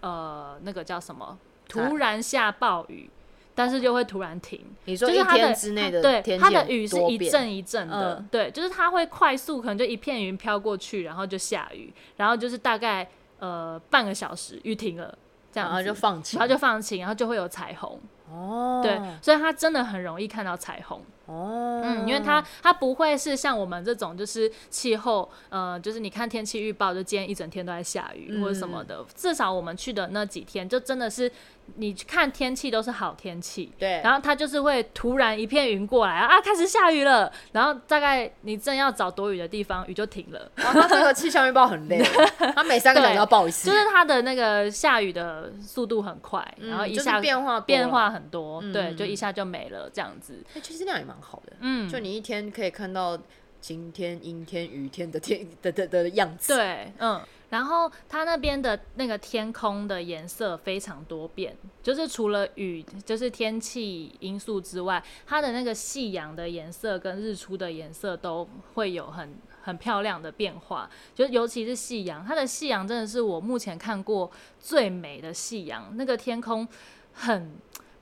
Speaker 2: 呃那个叫什么，突然下暴雨，但是又会突然停。
Speaker 1: 啊你说
Speaker 2: 就是
Speaker 1: 一
Speaker 2: 它的
Speaker 1: 天之内的
Speaker 2: 它对
Speaker 1: 天
Speaker 2: 它
Speaker 1: 气
Speaker 2: 的
Speaker 1: 很
Speaker 2: 雨是
Speaker 1: 多
Speaker 2: 一
Speaker 1: 变
Speaker 2: 阵一阵的，
Speaker 1: 嗯
Speaker 2: 对，就是它会快速，可能就一片云飘过去，然后就下雨，然后就是大概呃半个小时雨停了，这样
Speaker 1: 然后
Speaker 2: 子
Speaker 1: 就放弃，
Speaker 2: 然后就放晴，然后就会有彩虹，
Speaker 1: 哦，
Speaker 2: 对，所以它真的很容易看到彩虹。
Speaker 1: 哦，
Speaker 2: 嗯，因为它它不会是像我们这种就是气候，呃，就是你看天气预报，就今天一整天都在下雨、或者什
Speaker 1: 嗯
Speaker 2: 么的。至少我们去的那几天，就真的是你去看天气都是好天气。
Speaker 1: 对
Speaker 2: 然后它就是会突然一片云过来啊，开始下雨了。然后大概你正要找躲雨的地方，雨就停 了。
Speaker 1: 哇他这个气象预报很 累，他每三个小时要报一次，
Speaker 2: 就是它的那个下雨的速度很快，
Speaker 1: 嗯
Speaker 2: 然后一
Speaker 1: 就是
Speaker 2: 下
Speaker 1: 变化多
Speaker 2: 变
Speaker 1: 了
Speaker 2: 化很多，对，
Speaker 1: 嗯
Speaker 2: 就一下就没了这样子。
Speaker 1: 欸其实那样也蛮好的，
Speaker 2: 嗯，
Speaker 1: 就你一天可以看到晴天、阴天、雨天的天的的的的样子。，
Speaker 2: 对，嗯，然后它那边的那个天空的颜色非常多变，就是除了雨，就是天气因素之外，它的那个夕阳的颜色跟日出的颜色都会有很很漂亮的变化，就尤其是夕阳，它的夕阳真的是我目前看过最美的夕阳，那个天空很。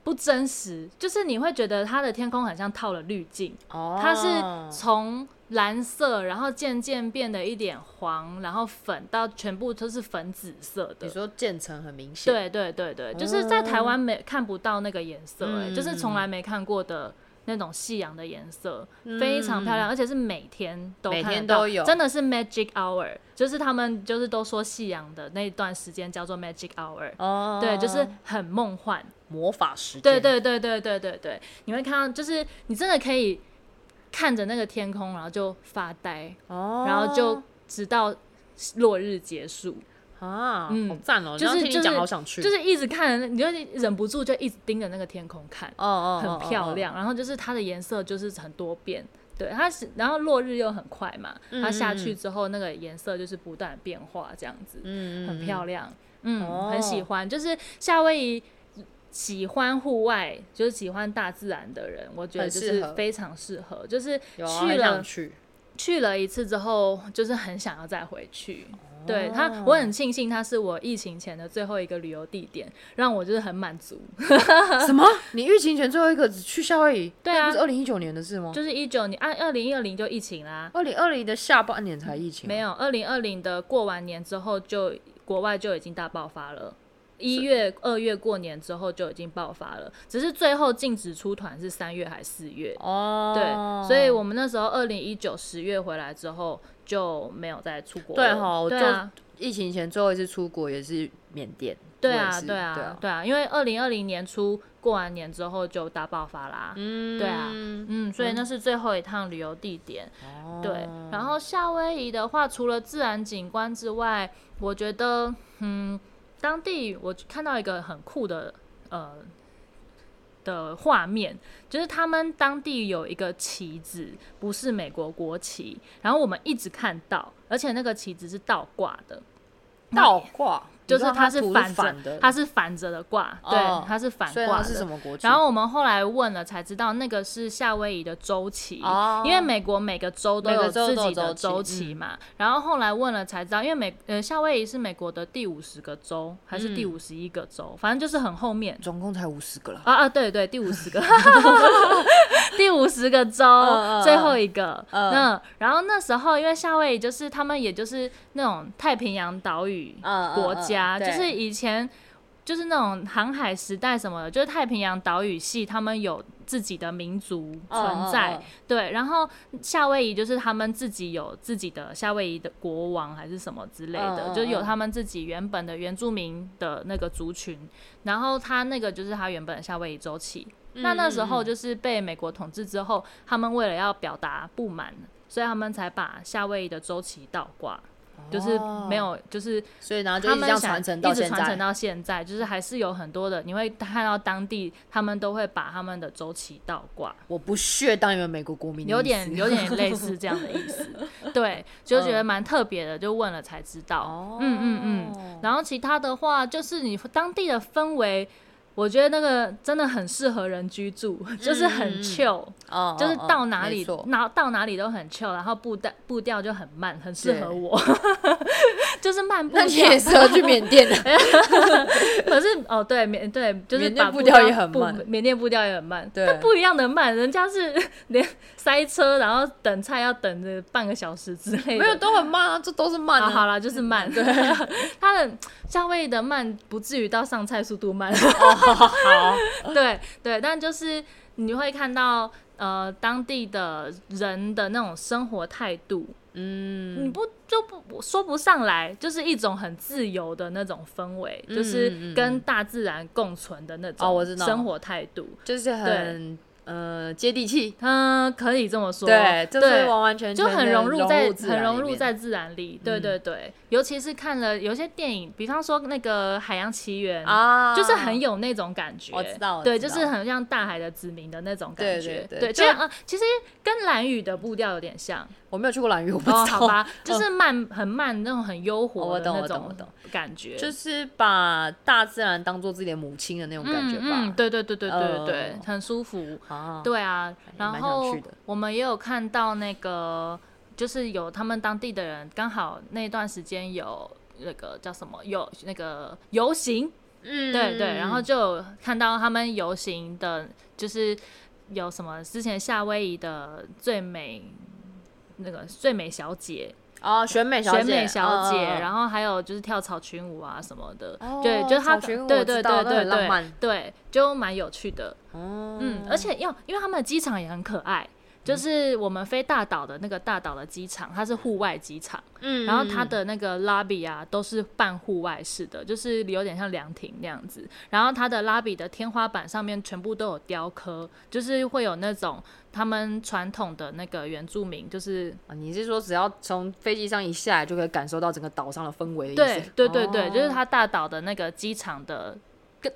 Speaker 2: 不真实，就是你会觉得它的天空很像套了滤镜，
Speaker 1: 哦，
Speaker 2: 它是从蓝色，然后渐渐变得一点黄，然后粉到全部都是粉紫色
Speaker 1: 你
Speaker 2: 的。
Speaker 1: 说渐层很明显，
Speaker 2: 对对对对，就是在台湾没看不到那个颜色、欸，
Speaker 1: 嗯
Speaker 2: 就是从来没看过的。那种夕阳的颜色、非常漂亮，而且是每天都
Speaker 1: 嗯每
Speaker 2: 看
Speaker 1: 天
Speaker 2: 得到
Speaker 1: 都有
Speaker 2: 真的是 magic hour，就是他们就是都说夕阳的那段时间叫做 magic hour，、
Speaker 1: 哦，
Speaker 2: 对，就是很梦幻，
Speaker 1: 魔法时间。
Speaker 2: 对，对对对对对对，你会看到，就是你真的可以看着那个天空，然后就发呆，
Speaker 1: 哦，
Speaker 2: 然后就直到落日结束，
Speaker 1: 啊，
Speaker 2: 嗯
Speaker 1: 好赞哦！
Speaker 2: 就
Speaker 1: 这样
Speaker 2: 是
Speaker 1: 听
Speaker 2: 就
Speaker 1: 你
Speaker 2: 是
Speaker 1: 讲，好想去，
Speaker 2: 就是一直看着那，你就忍不住就一直盯着那个天空看，
Speaker 1: 哦哦，哦
Speaker 2: 很漂。亮。然后就是它的颜色就是很多变，对它是，然后落日又很快嘛，它下去之后那个颜色就是不断变化，这样子，
Speaker 1: 嗯
Speaker 2: 很漂亮，嗯，
Speaker 1: 哦
Speaker 2: 很喜欢。就是夏威夷喜欢户外，就是喜欢大自然的人，我觉得
Speaker 1: 很
Speaker 2: 就
Speaker 1: 适
Speaker 2: 是
Speaker 1: 合
Speaker 2: 非常适合。就是
Speaker 1: 有啊
Speaker 2: 去
Speaker 1: 很
Speaker 2: 了
Speaker 1: 想 去，
Speaker 2: 去了一次之后，就是很想要再回去。
Speaker 1: 哦
Speaker 2: 对他，我很庆幸他是我疫情前的最后一个旅游地点，让我就是很满足。
Speaker 1: 什么？你疫情前最后一个只去夏威夷？
Speaker 2: 对
Speaker 1: 那
Speaker 2: 啊
Speaker 1: 不是，二零一九年的事吗？
Speaker 2: 就是一九年啊二二零二零就疫情啦，
Speaker 1: 二零二零的下半年才疫情啊，
Speaker 2: 没有二零二零的过完年之后就国外就已经大爆发了。一月、二月过年之后就已经爆发了，只是最后禁止出团是三月还是四月？
Speaker 1: 哦，
Speaker 2: 对，所以我们那时候二零一九十月回来之后就没有再出国了。
Speaker 1: 对吼我
Speaker 2: 对
Speaker 1: 就
Speaker 2: 啊，
Speaker 1: 疫情前最后一次出国也是缅甸，
Speaker 2: 对
Speaker 1: 我也
Speaker 2: 啊，
Speaker 1: 是
Speaker 2: 对
Speaker 1: 对
Speaker 2: 啊
Speaker 1: 啊，，
Speaker 2: 对啊，因为二零二零年初过完年之后就大爆发啦。
Speaker 1: 嗯
Speaker 2: 对啊嗯，所以那是最后一趟旅游地点。对，
Speaker 1: 哦
Speaker 2: 然后夏威夷的话，除了自然景观之外，我觉得，嗯，当地我看到一个很酷的，呃。的画面就是他们当地有一个旗子，不是美国国旗，然后我们一直看到，而且那个旗子是倒挂的，
Speaker 1: 倒挂，
Speaker 2: 就是
Speaker 1: 它
Speaker 2: 是
Speaker 1: 图
Speaker 2: 反
Speaker 1: 是
Speaker 2: 着
Speaker 1: 反的，
Speaker 2: 它是反着的挂，
Speaker 1: 哦
Speaker 2: 对，它是反
Speaker 1: 所以
Speaker 2: 挂
Speaker 1: 它
Speaker 2: 的。
Speaker 1: 是什么国旗？
Speaker 2: 然后我们后来问了才知道，那个是夏威夷的周期，
Speaker 1: 哦
Speaker 2: 因为美国每个州都
Speaker 1: 每个
Speaker 2: 有
Speaker 1: 州
Speaker 2: 自
Speaker 1: 都有
Speaker 2: 己的
Speaker 1: 周
Speaker 2: 周
Speaker 1: 期嗯
Speaker 2: 期嘛。然后后来问了才知道，因为美呃夏威夷是美国的第五十个州还是第
Speaker 1: 嗯
Speaker 2: 五十一个州，反正就是很后面。
Speaker 1: 总共才五十个啦。
Speaker 2: 啊啊，对对，第五十个， 第五十个州、
Speaker 1: 嗯嗯
Speaker 2: 最后一个。
Speaker 1: 嗯
Speaker 2: 那然后那时候，因为夏威夷就是他们也就是那种太平洋岛屿
Speaker 1: 嗯嗯
Speaker 2: 国
Speaker 1: 嗯
Speaker 2: 家，
Speaker 1: 对
Speaker 2: 就是以前就是那种航海时代什么的，就是太平洋岛屿系他们有自己的民族存在。
Speaker 1: 嗯嗯嗯
Speaker 2: 对，然后夏威夷就是他们自己有自己的夏威夷的国王还是什么之类的，
Speaker 1: 嗯嗯
Speaker 2: 就是有
Speaker 1: 嗯
Speaker 2: 他们自己原本的原住民的那个族群，然后他那个就是他原本的夏威夷周期。
Speaker 1: 嗯
Speaker 2: 那那时候就是被美国统治之后，他们为了要表达不满，所以他们才把夏威夷的周期倒挂，就是没有，就是
Speaker 1: 嗯哦所以然后啊就
Speaker 2: 他
Speaker 1: 一直这
Speaker 2: 们
Speaker 1: 样
Speaker 2: 想
Speaker 1: 传承
Speaker 2: 一
Speaker 1: 到
Speaker 2: 直
Speaker 1: 现
Speaker 2: 传承
Speaker 1: 在。
Speaker 2: 到现在，就是还是有很多的，你会看到当地他们都会把他们的周期倒挂。
Speaker 1: 我不屑当你们美国国民的意思，嗯
Speaker 2: 有点有点类似这样的意 思，对，就觉得蛮特别的，就问了才知道
Speaker 1: 哦，，
Speaker 2: 嗯嗯嗯。
Speaker 1: 嗯，
Speaker 2: 然后其他的话，就是你当地的氛围，我觉得那个真的很适合人居住，就是
Speaker 1: 嗯嗯
Speaker 2: 很
Speaker 1: 嗯
Speaker 2: chill，
Speaker 1: 哦
Speaker 2: 就是
Speaker 1: 哦
Speaker 2: 到哪
Speaker 1: 没
Speaker 2: 里
Speaker 1: 错
Speaker 2: 哪到哪里都很 chill，然后步调步调就很慢，很适合
Speaker 1: 对
Speaker 2: 我， 就是慢步
Speaker 1: 那你也
Speaker 2: 调。
Speaker 1: 适合去缅甸 的，
Speaker 2: 哎可是哦，对缅对，就是
Speaker 1: 缅甸
Speaker 2: 把
Speaker 1: 步
Speaker 2: 步
Speaker 1: 调
Speaker 2: 调
Speaker 1: 也很
Speaker 2: 不
Speaker 1: 慢
Speaker 2: 缅甸步调也很慢，
Speaker 1: 对
Speaker 2: 但不一样的慢，人家是 连塞车，然后等菜要等着半个小时之类的。
Speaker 1: 没有都很慢啊，这都是慢
Speaker 2: 好好
Speaker 1: 啊。
Speaker 2: 啦，就是慢。 对，它的夏威夷的慢不至于到上菜速度慢。
Speaker 1: 好，
Speaker 2: 对对，但就是你会看到呃当地的人的那种生活态度，你
Speaker 1: 嗯，
Speaker 2: 不就不说不上来，就是一种很自由的那种氛围，就
Speaker 1: 嗯嗯
Speaker 2: 是
Speaker 1: 嗯
Speaker 2: 跟大自然共存的那
Speaker 1: 哦我知
Speaker 2: 种
Speaker 1: 道
Speaker 2: 生活态度。
Speaker 1: 就是很呃接地气，
Speaker 2: 嗯，可以这么说，
Speaker 1: 对，就是
Speaker 2: 对
Speaker 1: 完完全全
Speaker 2: 就
Speaker 1: 地
Speaker 2: 很融入在
Speaker 1: 自然
Speaker 2: 很融
Speaker 1: 里
Speaker 2: 入
Speaker 1: 面
Speaker 2: 在自然里，对对对，尤其是看了有些电影，比方说那个《海洋奇缘》，
Speaker 1: 啊，
Speaker 2: 就是很有那种感觉，
Speaker 1: 我知道我
Speaker 2: 对，
Speaker 1: 知
Speaker 2: 就
Speaker 1: 道
Speaker 2: 是很像大海的子民的那种感
Speaker 1: 对
Speaker 2: 觉，
Speaker 1: 对对
Speaker 2: 对，
Speaker 1: 就
Speaker 2: 就像呃，其实跟蓝雨的步调有点像，
Speaker 1: 我没有去过兰屿，我不知
Speaker 2: 哦，
Speaker 1: 道。嗯
Speaker 2: 好吧，就是慢很慢那种很悠
Speaker 1: 哦
Speaker 2: 活
Speaker 1: 我
Speaker 2: 的
Speaker 1: 懂
Speaker 2: 那
Speaker 1: 我懂我
Speaker 2: 种
Speaker 1: 懂
Speaker 2: 感 觉，
Speaker 1: 就是把大自然当做自己的母亲的那种感觉
Speaker 2: 嗯嗯
Speaker 1: 吧。
Speaker 2: 对对对对对对
Speaker 1: 呃，
Speaker 2: 很舒服，
Speaker 1: 啊，
Speaker 2: 对啊，
Speaker 1: 蛮
Speaker 2: 然
Speaker 1: 想
Speaker 2: 后
Speaker 1: 去的
Speaker 2: 我们也有看到那个，就是有他们当地的人，刚好那段时间有那个叫什么，有那个游行，
Speaker 1: 嗯
Speaker 2: 对对，然后就有看到他们游行的，就是有什么之前夏威夷的最美。那个最美小姐，
Speaker 1: 哦，选美小姐，
Speaker 2: 选美小姐，
Speaker 1: 后
Speaker 2: 然后还有就是跳草裙舞啊什么的，
Speaker 1: 嗯哦
Speaker 2: 对，就是她，
Speaker 1: 草裙舞
Speaker 2: 对
Speaker 1: 我
Speaker 2: 对
Speaker 1: 知
Speaker 2: 对
Speaker 1: 道那
Speaker 2: 对
Speaker 1: 很浪
Speaker 2: 对
Speaker 1: 漫，
Speaker 2: 对，就蛮有趣的。嗯
Speaker 1: 嗯，
Speaker 2: 而且要因为他们的机场也很可爱，就是我们飞大岛的那个大岛的机场，它是户外机场，
Speaker 1: 嗯
Speaker 2: 然后它
Speaker 1: 嗯
Speaker 2: 的那个 lobby 啊都是半户外式的，就是有点像凉亭那样子。然后它的 lobby 的天花板上面全部都有雕刻，就是会有那种他们传统的那个原住民，就是
Speaker 1: 啊你是说只要从飞机上一下来就可以感受到整个岛上的氛围的意
Speaker 2: 对
Speaker 1: 思？
Speaker 2: 对对对，
Speaker 1: 哦
Speaker 2: 就是它大岛的那个机场的。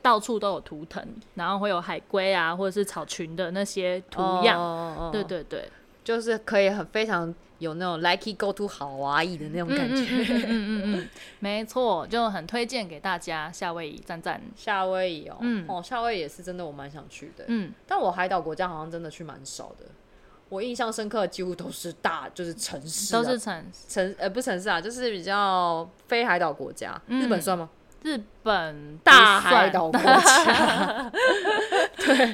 Speaker 2: 到处都有图腾，然后会有海龟啊，或者是草裙的那些图样，
Speaker 1: 哦哦哦
Speaker 2: 对对对，
Speaker 1: 就是可以很非常有那种 like it go to 好啊意的那种感觉。
Speaker 2: 嗯嗯嗯 嗯，没错，就很推荐给大家夏威夷，赞嗯赞。
Speaker 1: 夏威夷哦，
Speaker 2: 嗯
Speaker 1: 哦，夏威夷也是真的，我蛮想去的。欸
Speaker 2: 嗯，
Speaker 1: 但我海岛国家好像真的去蛮少的，我印象深刻的几乎都是大，就是城市啊、
Speaker 2: 都是城
Speaker 1: 城呃不是城市啊，就是比较非海岛国家，
Speaker 2: 嗯
Speaker 1: 日本算吗？
Speaker 2: 日本
Speaker 1: 大
Speaker 2: 不算
Speaker 1: 海岛国家。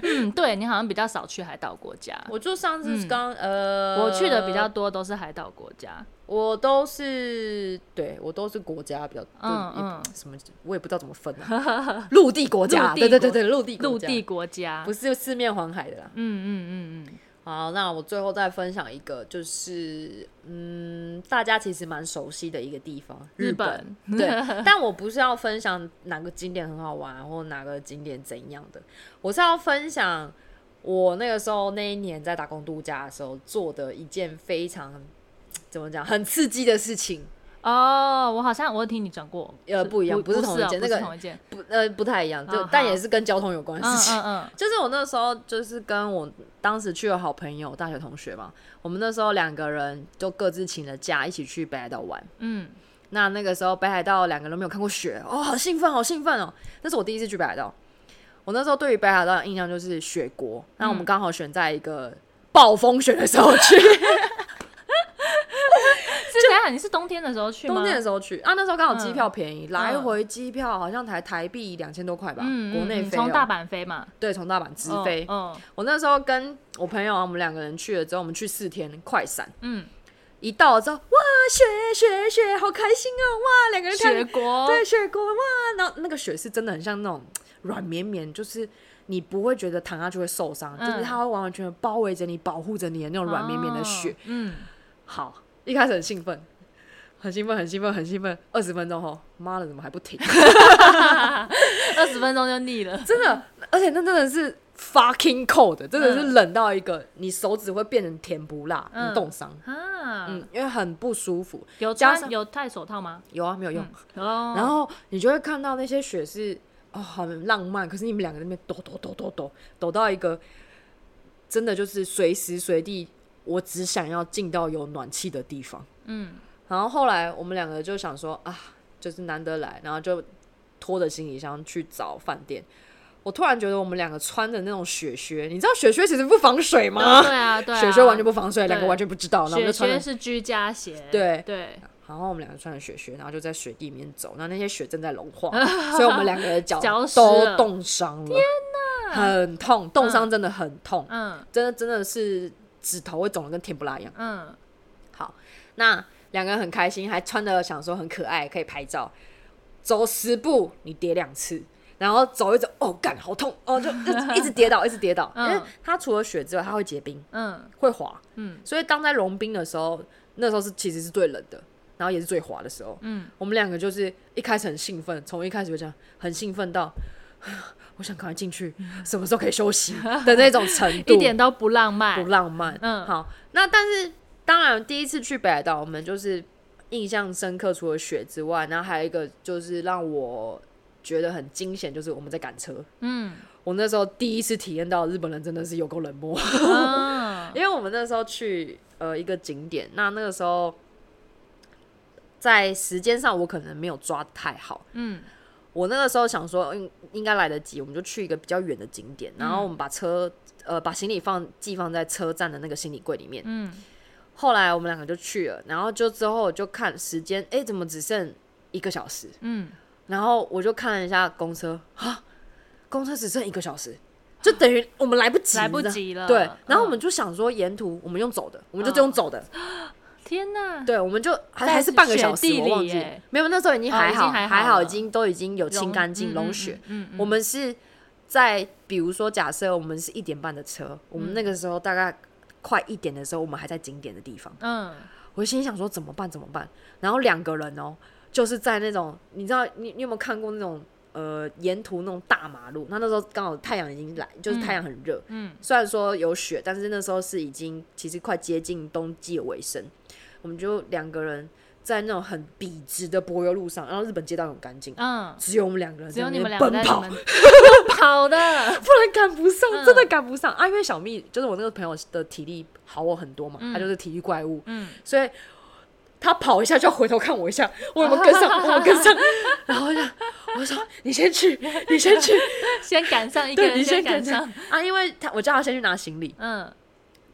Speaker 2: 嗯，对你好像比较少去海岛国家，
Speaker 1: 我就上次刚、呃，
Speaker 2: 嗯我去的比较，多都是海岛国家。
Speaker 1: 我都是对我都是国家比较，
Speaker 2: 嗯
Speaker 1: 就也
Speaker 2: 嗯
Speaker 1: 什么我也不知道怎么分啊， 陆地国家，
Speaker 2: 陆地
Speaker 1: 对对对
Speaker 2: 国
Speaker 1: 对，陆地国
Speaker 2: 陆
Speaker 1: 家
Speaker 2: 地国家，
Speaker 1: 不是四面环海的啦。
Speaker 2: 嗯嗯嗯嗯，
Speaker 1: 好，那我最后再分享一个，就是嗯，大家其实蛮熟悉的一个地方，
Speaker 2: 日
Speaker 1: 本。
Speaker 2: 本，
Speaker 1: 对， 但我不是要分享哪个景点很好玩，或哪个景点怎样的，我是要分享我那个时候那一年在打工度假的时候做的一件非常怎么讲很刺激的事情。
Speaker 2: 哦，我好像我有听你讲过，
Speaker 1: 呃不一样不
Speaker 2: 不
Speaker 1: 是同一
Speaker 2: 哦
Speaker 1: 件
Speaker 2: 不
Speaker 1: 那
Speaker 2: 是
Speaker 1: 个
Speaker 2: 同一件，
Speaker 1: 不，呃，不太一样，就、
Speaker 2: 啊
Speaker 1: 但
Speaker 2: 好
Speaker 1: 也是跟交通有关的
Speaker 2: 嗯
Speaker 1: 事情。
Speaker 2: 嗯嗯，
Speaker 1: 就是我那时候就是跟我当时去的好朋友、大学同学嘛，我们那时候两个人就各自请了假，一起去北海道玩。
Speaker 2: 嗯，
Speaker 1: 那那个时候北海道两个人都没有看过雪，哦，好兴奋，好兴奋哦！那是我第一次去北海道，我那时候对于北海道的印象就是雪国。那我们刚好选在一个暴风雪的时候去，
Speaker 2: 是怎 样？你是冬天的时候去吗？
Speaker 1: 冬天的时候去啊， 那时候刚好机票便宜，来
Speaker 2: 嗯
Speaker 1: 回机票好像才台币两千多块吧，
Speaker 2: 嗯，嗯
Speaker 1: 国内
Speaker 2: 嗯
Speaker 1: 飞、
Speaker 2: 从
Speaker 1: 哦
Speaker 2: 大阪飞嘛，
Speaker 1: 对，从大阪直
Speaker 2: 嗯
Speaker 1: 飞。
Speaker 2: 嗯
Speaker 1: 我那时候跟我朋友啊，我们两个人去了之后，我们去四天快闪，
Speaker 2: 嗯，
Speaker 1: 一到了之后，哇，雪雪雪，好开心哦，哇，两个人看
Speaker 2: 雪国
Speaker 1: 对雪国哇，然后那个雪是真的很像那种软绵绵，就是你不会觉得躺下去会受伤，
Speaker 2: 嗯
Speaker 1: 就是它会完完全全包围着你、保护着你的那种软绵绵的雪。
Speaker 2: 哦，嗯，
Speaker 1: 好，一开始很兴奋，很兴奋，很兴奋，很兴奋。二十分钟后，妈的，怎么还不 停？
Speaker 2: 二十分钟就腻了，
Speaker 1: 真的，而且那真的是 fucking cold，真的是冷到一个、你手指会变成甜不辣，
Speaker 2: 嗯
Speaker 1: 你冻伤。
Speaker 2: 啊，
Speaker 1: 嗯，因为很不舒服。
Speaker 2: 有
Speaker 1: 加
Speaker 2: 穿
Speaker 1: 上
Speaker 2: 有戴手套吗？
Speaker 1: 有啊，没有用。
Speaker 2: 哦，
Speaker 1: 然后你就会看到那些雪是哦，很浪漫，可是你们两个在那边抖抖抖抖抖抖到一个真的就是随时随地，我只想要进到有暖气的地方。
Speaker 2: 嗯，
Speaker 1: 然后后来我们两个就想说啊，就是难得来，然后就拖着行李箱去找饭店。我突然觉得我们两个穿的那种雪靴，你知道雪靴其实不防水吗？
Speaker 2: 对啊，对啊，
Speaker 1: 雪靴完全不防水，两个
Speaker 2: 对
Speaker 1: 完全不知道。然后我们
Speaker 2: 雪
Speaker 1: 就穿
Speaker 2: 靴
Speaker 1: 着
Speaker 2: 是居家鞋，
Speaker 1: 对
Speaker 2: 对，
Speaker 1: 然后我们两个穿着雪靴，然后就在雪地里面走，然后那些雪正在融 化，所以我们两个的脚
Speaker 2: 脚湿
Speaker 1: 都
Speaker 2: 了
Speaker 1: 冻伤了，天哪，很痛，冻伤真的很痛，
Speaker 2: 嗯
Speaker 1: 真的真的是指头会肿的跟甜不辣一样。
Speaker 2: 嗯，
Speaker 1: 好，那两个人很开心，还穿的想说很可爱，可以拍照。走十步你跌两次，然后走一走，哦，干好痛，哦，就就一直跌倒，一直跌倒，因为
Speaker 2: 嗯
Speaker 1: 它除了雪之外，它会结冰，
Speaker 2: 嗯
Speaker 1: 会滑，
Speaker 2: 嗯
Speaker 1: 所以当在融冰的时候，那时候是其实是最冷的，然后也是最滑的时候。
Speaker 2: 嗯，
Speaker 1: 我们两个就是一开始很兴奋，从一开始就这样很兴奋到， 我想赶快进去，什么时候可以休 息的那种程度，
Speaker 2: 嗯一点都不浪漫
Speaker 1: 不，浪漫。
Speaker 2: 嗯
Speaker 1: 好，那但是当然第一次去北海道，我们就是印象深刻，除了雪之外，然后还有一个就是让我觉得很惊险，就是我们在赶车。
Speaker 2: 嗯
Speaker 1: 我那时候第一次体验到日本人真的是有够冷漠。
Speaker 2: 嗯
Speaker 1: 因为我们那时候去呃一个景点，那那个时候在时间上我可能没有抓得太好。
Speaker 2: 嗯
Speaker 1: 我那个时候想说，应应该来得及，我们就去一个比较远的景点，然后我们把车呃把行李放寄放在车站的那个行李柜里面。
Speaker 2: 嗯
Speaker 1: 后来我们两个就去了，然后就之后我就看时间，诶，怎么只剩一个小时？
Speaker 2: 嗯，
Speaker 1: 然后我就看了一下公车，啊，公车只剩一个小时，就等于我们来不及，
Speaker 2: 来不
Speaker 1: 你知道
Speaker 2: 及了，
Speaker 1: 对，然后我
Speaker 2: 嗯
Speaker 1: 们就想说，沿途我们用走的，我们就用走的，
Speaker 2: 天哪，
Speaker 1: 对，我们就还
Speaker 2: 在
Speaker 1: 还是半个小
Speaker 2: 雪
Speaker 1: 时
Speaker 2: 地，
Speaker 1: 我忘
Speaker 2: 里
Speaker 1: 记
Speaker 2: 耶，
Speaker 1: 没有，那时候已经
Speaker 2: 哦
Speaker 1: 还
Speaker 2: 已经
Speaker 1: 好，
Speaker 2: 还好
Speaker 1: 还好，
Speaker 2: 了
Speaker 1: 已经都已经有清干净融雪。，
Speaker 2: 嗯嗯嗯嗯嗯
Speaker 1: 我们是在，比如说，假设我们是一点半的车，我
Speaker 2: 嗯
Speaker 1: 们那个时候大概快一点的时候，我们还在景点的地方，
Speaker 2: 嗯，
Speaker 1: 我心里想说怎么办怎么办，然后两个人哦，就是在那种你知道你你有没有看过那种呃沿途那种大马路，那那时候刚好太阳已经来，就是太阳很热，
Speaker 2: 嗯
Speaker 1: 虽然说有雪，但是那时候是已经其实快接近冬季的尾声，我们就两个人在那种很笔直的柏油路上，然后日本街道很干净，
Speaker 2: 嗯，
Speaker 1: 只有我们两个人
Speaker 2: 只
Speaker 1: 在
Speaker 2: 有
Speaker 1: 那
Speaker 2: 你们
Speaker 1: 边
Speaker 2: 两个
Speaker 1: 奔
Speaker 2: 在你
Speaker 1: 跑，
Speaker 2: 们跑的，
Speaker 1: 不然赶不上，
Speaker 2: 嗯
Speaker 1: 真的赶不上、啊！因为小蜜就是我那个朋友的体力好我很多嘛，他就是体育怪物，
Speaker 2: 嗯，
Speaker 1: 所以他跑一下就要回头看我一 下，我有没有跟上？我有没有跟上？然后我就我说你先 去，你先去，
Speaker 2: 先赶上一个
Speaker 1: 对
Speaker 2: 人，
Speaker 1: 你先
Speaker 2: 赶
Speaker 1: 跟上，哦啊！因为他我叫他先去拿行李，
Speaker 2: 嗯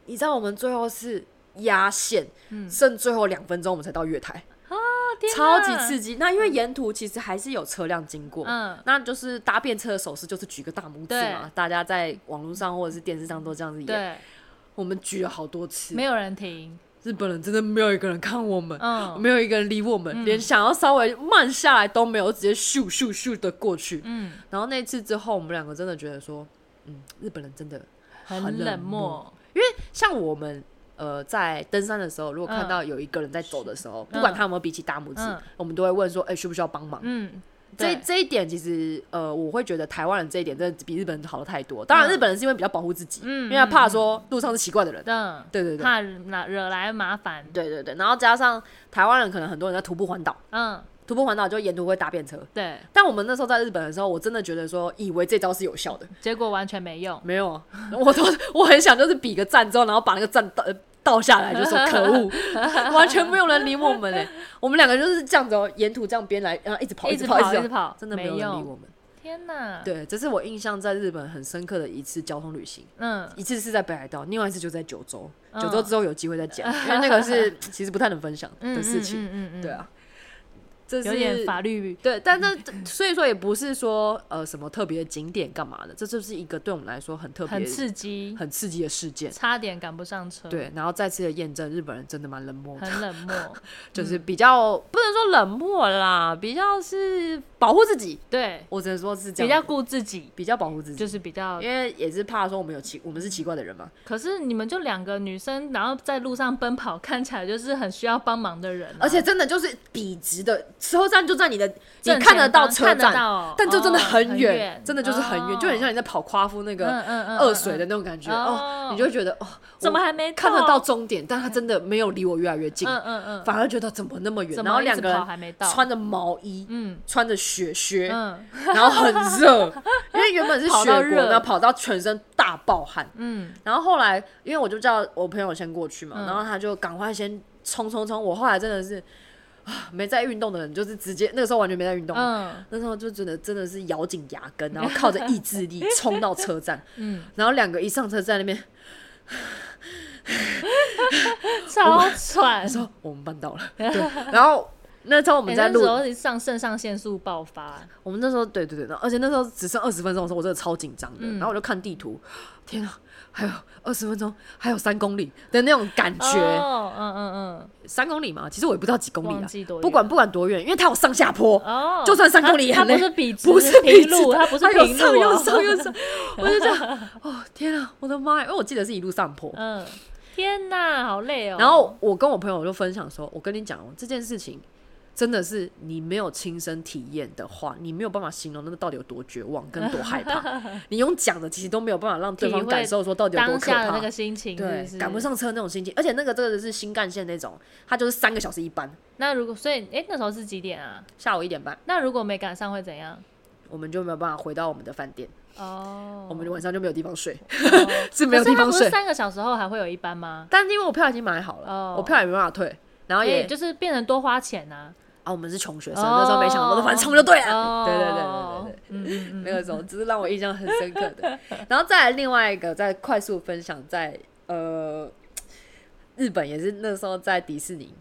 Speaker 1: 你知道我们最后是压线，
Speaker 2: 嗯，
Speaker 1: 剩最后两分钟我们才到月台，
Speaker 2: 哦天
Speaker 1: 超
Speaker 2: 哪
Speaker 1: 级刺激。那因为沿途其实还是有车辆经过，
Speaker 2: 嗯
Speaker 1: 那就是搭便车的手势就是举个大拇指
Speaker 2: 对
Speaker 1: 嘛，大家在网络上或者是电视上都这样子演。
Speaker 2: 对，
Speaker 1: 我们举了好多次，
Speaker 2: 没有人停，
Speaker 1: 日本人真的没有一个人看我们，
Speaker 2: 嗯
Speaker 1: 没有一个人理我们，连想要稍微慢下来都没有，直接咻咻咻的过去。
Speaker 2: 嗯，
Speaker 1: 然后那次之后，我们两个真的觉得说，嗯，日本人真的很
Speaker 2: 很
Speaker 1: 冷
Speaker 2: 冷
Speaker 1: 漠
Speaker 2: 漠，
Speaker 1: 像我们呃在登山的时候，如果看
Speaker 2: 嗯
Speaker 1: 到有一个人在走的时候，
Speaker 2: 嗯
Speaker 1: 不管他有没有比起大拇指，
Speaker 2: 嗯
Speaker 1: 我们都会问说，哎、需不需要帮忙？
Speaker 2: 嗯，
Speaker 1: 这
Speaker 2: 对
Speaker 1: 这一点其实，呃，我会觉得台湾人这一点真的比日本人好的太多。当然，
Speaker 2: 嗯
Speaker 1: 日本人是因为比较保护自己，
Speaker 2: 嗯
Speaker 1: 因为他怕说路上是奇怪的人。
Speaker 2: 嗯，
Speaker 1: 对对对，
Speaker 2: 怕惹惹来麻烦，
Speaker 1: 对对对。然后加上台湾人可能很多人在徒步环岛，
Speaker 2: 嗯，
Speaker 1: 徒步环岛就沿途会搭便车。
Speaker 2: 对，
Speaker 1: 但我们那时候在日本的时候，我真的觉得说，以为这招是有效的，
Speaker 2: 结果完全没用，
Speaker 1: 没有啊，我都我很想就是比个赞之后，然后把那个赞呃倒下来就说可恶， 完全没有人理我们哎、我们两个就是这样子哦，沿途这样边来，然后一直跑，
Speaker 2: 一
Speaker 1: 直
Speaker 2: 直
Speaker 1: 跑，
Speaker 2: 跑，
Speaker 1: 一
Speaker 2: 一直跑，
Speaker 1: 真的没
Speaker 2: 没
Speaker 1: 有人理
Speaker 2: 用。
Speaker 1: 我们。
Speaker 2: 天哪！，
Speaker 1: 对，这是我印象在日本很深刻的一次交通旅行，
Speaker 2: 嗯，
Speaker 1: 一次是在北海道，另外一次就在九州。
Speaker 2: 嗯
Speaker 1: 九州之后有机会再讲，因为那个 是其实不太能分享
Speaker 2: 嗯
Speaker 1: 的事情。，
Speaker 2: 嗯嗯嗯，
Speaker 1: 对啊，这是
Speaker 2: 有点嗯法律
Speaker 1: 对，但那所以说也不是说呃什么特别的景点干嘛的，这就是一个对我们来说很特别、
Speaker 2: 很刺激，
Speaker 1: 很刺激的事件。
Speaker 2: 差点赶不上车，，
Speaker 1: 对，然后再次的验证日本人真的蛮冷漠的，
Speaker 2: 很冷 嗯漠，
Speaker 1: 就是比较不能说冷漠啦，比较是保护自己。
Speaker 2: 对，
Speaker 1: 我只能说是这
Speaker 2: 比
Speaker 1: 样，
Speaker 2: 较顾自己，
Speaker 1: 比较保护自己，
Speaker 2: 就是比较。
Speaker 1: 因为也是怕说我们有奇，我们是奇怪的人嘛。
Speaker 2: 可是你们就两个女生，然后在路上奔跑，看起来就是很需要帮忙的人啊、
Speaker 1: 而且真的就是笔直的，车站就在你的，你
Speaker 2: 正前
Speaker 1: 看得到
Speaker 2: 方
Speaker 1: 车
Speaker 2: 看得
Speaker 1: 站，
Speaker 2: 到哦
Speaker 1: 但就真的
Speaker 2: 哦
Speaker 1: 很
Speaker 2: 很
Speaker 1: 远，
Speaker 2: 远哦
Speaker 1: 真的就是很远，就很像你在跑夸夫那
Speaker 2: 嗯
Speaker 1: 个
Speaker 2: 嗯嗯，
Speaker 1: 二水
Speaker 2: 嗯
Speaker 1: 的那种感觉，
Speaker 2: 嗯嗯
Speaker 1: 哦，
Speaker 2: 哦
Speaker 1: 你就会觉得哦，
Speaker 2: 怎么
Speaker 1: 我
Speaker 2: 还没
Speaker 1: 看得
Speaker 2: 到
Speaker 1: 到终点，但他真的没有离我越来越近，
Speaker 2: 嗯嗯嗯，
Speaker 1: 反而觉得怎么那么远，
Speaker 2: 怎
Speaker 1: 然后
Speaker 2: 么一
Speaker 1: 两
Speaker 2: 直
Speaker 1: 个
Speaker 2: 跑
Speaker 1: 人
Speaker 2: 还没到？
Speaker 1: 穿着毛衣，
Speaker 2: 嗯
Speaker 1: 穿着雪靴，
Speaker 2: 嗯
Speaker 1: 然后很热， 因为原本是
Speaker 2: 跑
Speaker 1: 雪
Speaker 2: 到
Speaker 1: 国，
Speaker 2: 热
Speaker 1: 然后跑到全身大暴汗，
Speaker 2: 嗯，
Speaker 1: 然后后来，因为我就叫我朋友先过去嘛，
Speaker 2: 嗯
Speaker 1: 然后他就赶快先冲冲冲。我后来真的是 啊，没在运动的人，就是直接那个时候完全没在运动，
Speaker 2: 嗯
Speaker 1: 那时候就觉得真的是咬紧牙根，然后靠着意志力冲到车站，
Speaker 2: 嗯，
Speaker 1: 然后两个一上车站那边，
Speaker 2: 超喘
Speaker 1: 他。说哦我们办到了，对，然后。那时候我
Speaker 2: 我
Speaker 1: 们在录
Speaker 2: 哎时，候是上肾上腺素爆发，
Speaker 1: 我们那时候对对对，然哦后而且那时候只剩二十分钟的时候，我真的超紧张的。
Speaker 2: 嗯
Speaker 1: 然后我就看地图，天啊，还有二十分钟，还有三公里的那种感觉。
Speaker 2: 哦，嗯嗯
Speaker 1: 三公里嘛，其实我也不知道几公里
Speaker 2: 忘
Speaker 1: 啊
Speaker 2: 记多，远
Speaker 1: 不管不管多远，因为它有上下坡，
Speaker 2: 嗯，哦，
Speaker 1: 就算三公里也
Speaker 2: 它
Speaker 1: 很累
Speaker 2: 它不是笔 直，
Speaker 1: 不是
Speaker 2: 平
Speaker 1: 直
Speaker 2: 路，
Speaker 1: 的
Speaker 2: 它不是
Speaker 1: 有
Speaker 2: 平
Speaker 1: 上
Speaker 2: 路
Speaker 1: 有
Speaker 2: 哦，
Speaker 1: 上有 上，我就这样，哦天啊，我的妈呀！因为我记得是一路上坡，
Speaker 2: 嗯，天哪，好累哦。
Speaker 1: 然后我跟我朋友就分享说，我跟你讲哦，这件事情真的是你没有亲身体验的话，你没有办法形容那个到底有多绝望跟多害 怕，你用讲的其实都没有办法让对
Speaker 2: 体
Speaker 1: 方
Speaker 2: 会
Speaker 1: 感受说到底有多
Speaker 2: 当
Speaker 1: 可
Speaker 2: 下的那
Speaker 1: 怕
Speaker 2: 个。心情，
Speaker 1: 对
Speaker 2: 是是，
Speaker 1: 赶不。上车那种心情，而且那个真的是新干线那种，它就是三个小时一班，
Speaker 2: 那如果所以，哎，那时候是几点啊？
Speaker 1: 下午一点半，
Speaker 2: 那如果没赶上会怎样？
Speaker 1: 我们就没有办法回到我们的饭店，
Speaker 2: 哦，
Speaker 1: 我们晚上就没有地方睡，
Speaker 2: 哦
Speaker 1: 是没有地方
Speaker 2: 可是它不是
Speaker 1: 睡。
Speaker 2: 三个小时后还会有一班吗？
Speaker 1: 但是因为我票已经买好了，
Speaker 2: 哦
Speaker 1: 我票也没办法退，然后也、
Speaker 2: 哎就是变成多花钱呐。
Speaker 1: 啊，我们是穷学生，
Speaker 2: 哦
Speaker 1: 那时候没想到，反正冲就对了。
Speaker 2: 哦
Speaker 1: 对对对对对对，
Speaker 2: 嗯嗯嗯
Speaker 1: 没有这种，只是让我印象很深刻的。 然后再来另外一个，再快速分享在呃日本也是那时候在迪士尼，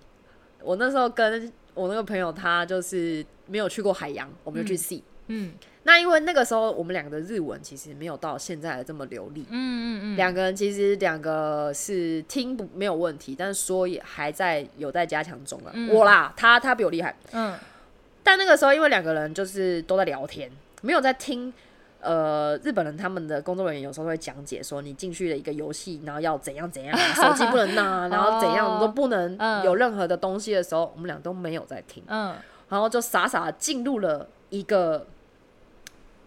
Speaker 1: 我那时候跟我那个朋友他就是没有去过海洋，我们就去 sea。
Speaker 2: 嗯
Speaker 1: 那因为那个时候我们两个的日文其实没有到现在的这么流利，
Speaker 2: 嗯嗯嗯，
Speaker 1: 两个人其实两个是听不没有问题，但是说也还在有待加强中了。
Speaker 2: 嗯
Speaker 1: 我啦，他他比我厉害，
Speaker 2: 嗯
Speaker 1: 但那个时候因为两个人就是都在聊天，没有在听。呃，日本人他们的工作人员有时候会讲解说，你进去了一个游戏，然后要怎样怎样，手机不能 拿，然后怎样
Speaker 2: 哦
Speaker 1: 都不能
Speaker 2: 嗯
Speaker 1: 有任何的东西的时候，我们俩都没有在听，
Speaker 2: 嗯，
Speaker 1: 然后就傻傻地进入了一个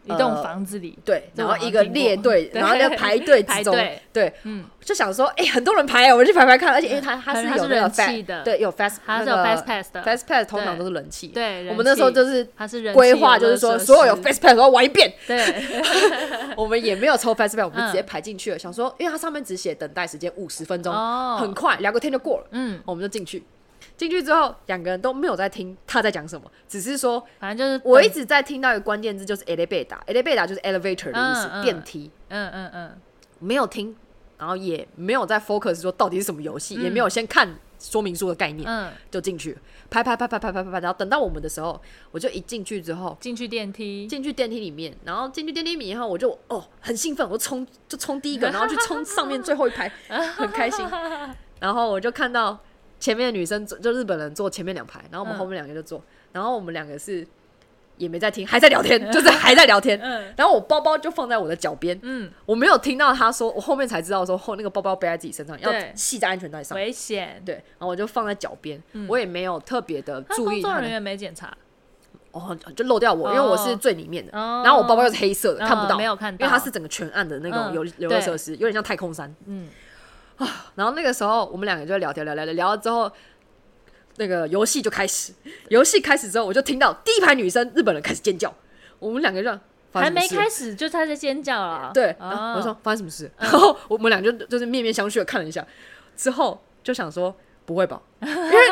Speaker 2: 一栋房子里，
Speaker 1: 呃对，
Speaker 2: 这
Speaker 1: 然
Speaker 2: 我
Speaker 1: 后
Speaker 2: 好像
Speaker 1: 一个
Speaker 2: 听过
Speaker 1: 列队，
Speaker 2: 对
Speaker 1: 然后要排队之
Speaker 2: 排
Speaker 1: 中
Speaker 2: 队，
Speaker 1: 对，
Speaker 2: 嗯，
Speaker 1: 就想说，哎、很多人排、啊，我去排排看。而且因为他他是
Speaker 2: 他
Speaker 1: 有
Speaker 2: 是
Speaker 1: 那个
Speaker 2: 人
Speaker 1: fast,
Speaker 2: 气的
Speaker 1: 对，有 fast，
Speaker 2: 它是
Speaker 1: 那
Speaker 2: 有
Speaker 1: 个
Speaker 2: fast pass 的
Speaker 1: fast pass 通常都是人气。，
Speaker 2: 对，
Speaker 1: 我们那时候
Speaker 2: 人气
Speaker 1: 就是
Speaker 2: 它是人气
Speaker 1: 规划，就是
Speaker 2: 游乐
Speaker 1: 说
Speaker 2: 设
Speaker 1: 所有有
Speaker 2: 施
Speaker 1: fast pass 都要玩一 遍。
Speaker 2: 对，
Speaker 1: 我们也没有抽 fast pass，我们
Speaker 2: 嗯
Speaker 1: 直接排进去了。想说，因为它上面只写等待时间五十分钟，
Speaker 2: 哦
Speaker 1: 很快聊个天就过了，
Speaker 2: 嗯，
Speaker 1: 我们就进去。进去之后，两个人都没有在听他在讲什么，只是说
Speaker 2: 反正就是
Speaker 1: 我一
Speaker 2: 直，
Speaker 1: 直在听到一个关键字，就是 elevator，elevator 就是 elevator 的意思，
Speaker 2: 嗯嗯
Speaker 1: 电梯。
Speaker 2: 嗯嗯嗯，
Speaker 1: 没有听，然后也没有在 focus 说到底是什么游戏，也没有先看说明书的概念，
Speaker 2: 嗯，
Speaker 1: 就进去拍拍拍拍拍拍拍拍，然后等到我们的时候，我就一进去之后。
Speaker 2: 进去电梯，
Speaker 1: 进去电梯里面，然后进去电梯里面以后，我就哦很兴奋，我冲就冲第一个，然后去冲上面最后一排，很开心。然后我就看到前面的女生坐就日本人坐前面两排，然后我们
Speaker 2: 嗯
Speaker 1: 后面两个就坐，然后我们两个是也没在听，还在聊天，就是还在聊天。
Speaker 2: 嗯
Speaker 1: 然后我包包就放在我的脚边，
Speaker 2: 嗯，
Speaker 1: 我没有听到他说，我后面才知道说后那个包包背在自己身上，要
Speaker 2: 对
Speaker 1: 系在安全带上。
Speaker 2: 危险，
Speaker 1: 对，然后我就放在脚边，我也没有特别的
Speaker 2: 嗯他
Speaker 1: 注
Speaker 2: 工
Speaker 1: 意
Speaker 2: 作
Speaker 1: 它
Speaker 2: 人
Speaker 1: 的，
Speaker 2: 员没检查，
Speaker 1: 哦，就漏掉我，因为我是最里面的。
Speaker 2: 哦
Speaker 1: 然后我包包又是黑色的，
Speaker 2: 嗯
Speaker 1: 看不到，
Speaker 2: 没有看到
Speaker 1: 因为它是整个全暗的那种
Speaker 2: 嗯
Speaker 1: 游游乐
Speaker 2: 对
Speaker 1: 设施，有点像太空山。
Speaker 2: 嗯
Speaker 1: 然后那个时候我们两个就聊天聊聊聊聊了之后，那个游戏就开始。游戏开始之后，我就听到第一排女生日本人开始尖叫，我们两个就
Speaker 2: 还没
Speaker 1: 开。
Speaker 2: 开始就他在尖叫了，
Speaker 1: 对，然后
Speaker 2: 哦
Speaker 1: 我说发生什么事，然后我们俩就就是面面相觑地看了一下，之后就想说不会吧，因为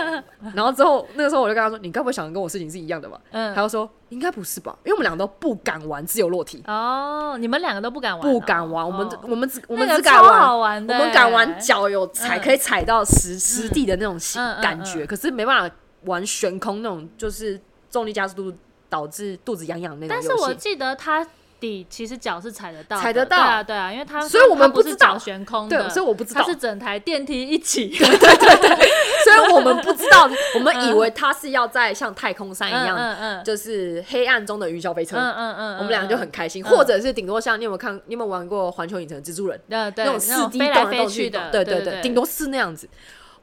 Speaker 1: 然后之后那个时候我就跟他说，你该不会想的跟我事情是一样的吧？
Speaker 2: 嗯
Speaker 1: 他就说应该不是吧，因为我们两个都不敢玩自由落体，
Speaker 2: 哦，你们两个都不敢玩哦、
Speaker 1: 不敢玩，我们
Speaker 2: 哦
Speaker 1: 我们只我
Speaker 2: 那
Speaker 1: 们
Speaker 2: 个
Speaker 1: 只敢
Speaker 2: 超好
Speaker 1: 玩。
Speaker 2: 玩
Speaker 1: 我
Speaker 2: 的
Speaker 1: 们敢玩
Speaker 2: 欸
Speaker 1: 脚有踩，
Speaker 2: 嗯
Speaker 1: 可以踩到实实地的那种形
Speaker 2: 嗯嗯
Speaker 1: 感觉，可是没办法玩悬空那种，就是重力加速度导致肚子痒痒的那
Speaker 2: 但
Speaker 1: 种
Speaker 2: 是我
Speaker 1: 游戏。
Speaker 2: 记得它底其实脚是踩得到的，
Speaker 1: 踩得到
Speaker 2: 对啊对啊，因为它
Speaker 1: 所以我们
Speaker 2: 它不
Speaker 1: 不
Speaker 2: 是
Speaker 1: 知道
Speaker 2: 脚悬空的，
Speaker 1: 对，所以我不知
Speaker 2: 它
Speaker 1: 道，
Speaker 2: 是整台电梯一 起，
Speaker 1: 所以我们不知道，我们以为它是要在像太空山一样，
Speaker 2: 嗯嗯
Speaker 1: 就是黑暗中的云霄飞车。
Speaker 2: 嗯嗯嗯，
Speaker 1: 我们两个就很开心，
Speaker 2: 嗯
Speaker 1: 或者是顶多像你有没有看，你有没有玩过环球影城的蜘蛛人
Speaker 2: 呃对
Speaker 1: 种四 D
Speaker 2: 飞
Speaker 1: 动
Speaker 2: 来
Speaker 1: 来
Speaker 2: 飞
Speaker 1: 动去
Speaker 2: 去
Speaker 1: 的
Speaker 2: 的，
Speaker 1: 对
Speaker 2: 对
Speaker 1: 对，顶多是那样子。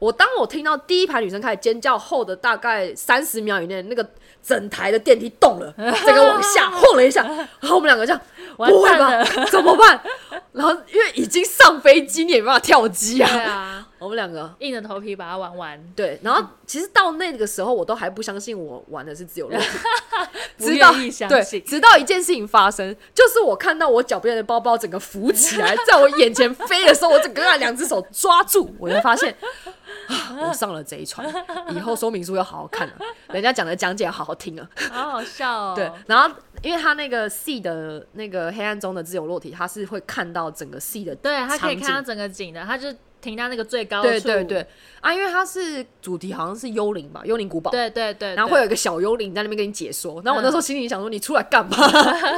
Speaker 1: 我当我听到第一排女生开始尖叫后的大概三十秒以内，那个整台的电梯动 了，整个往下晃了一下，然后我们两个这样，
Speaker 2: 完
Speaker 1: 不会
Speaker 2: 蛋
Speaker 1: 吧
Speaker 2: 了？
Speaker 1: 怎么办？然后因为已经上飞机，你也没办法跳机
Speaker 2: 对
Speaker 1: 啊。
Speaker 2: 啊，
Speaker 1: 我们两个
Speaker 2: 硬着头皮把它玩完，
Speaker 1: 对，然后其实到那个时候，我都还不相信我玩的是自 由落体，
Speaker 2: 不
Speaker 1: 直到
Speaker 2: 愿意相
Speaker 1: 对，
Speaker 2: 信
Speaker 1: 直到一件事情发生，就是我看到我脚边的包包整个浮起来，在我眼前飞的时候，我整个让两只手抓住，我才发现。 啊，我上了这一船，以后说明书要好好看了、人家讲的讲解要好好听啊。
Speaker 2: 好好笑哦。
Speaker 1: 对，然后因为他那个 C 的那个黑暗中的自由落体，他是会看到整个 C 的
Speaker 2: 对，它可
Speaker 1: 场
Speaker 2: 以
Speaker 1: 景
Speaker 2: 看到整个景的，它就停到那个最高处，
Speaker 1: 对对对啊，因为它是主题好像是幽灵吧，幽灵古堡，
Speaker 2: 对对对，
Speaker 1: 然后会
Speaker 2: 有
Speaker 1: 有一个小幽灵在那边跟你解说。然后我
Speaker 2: 嗯
Speaker 1: 那时候心里想说：“你出来干嘛？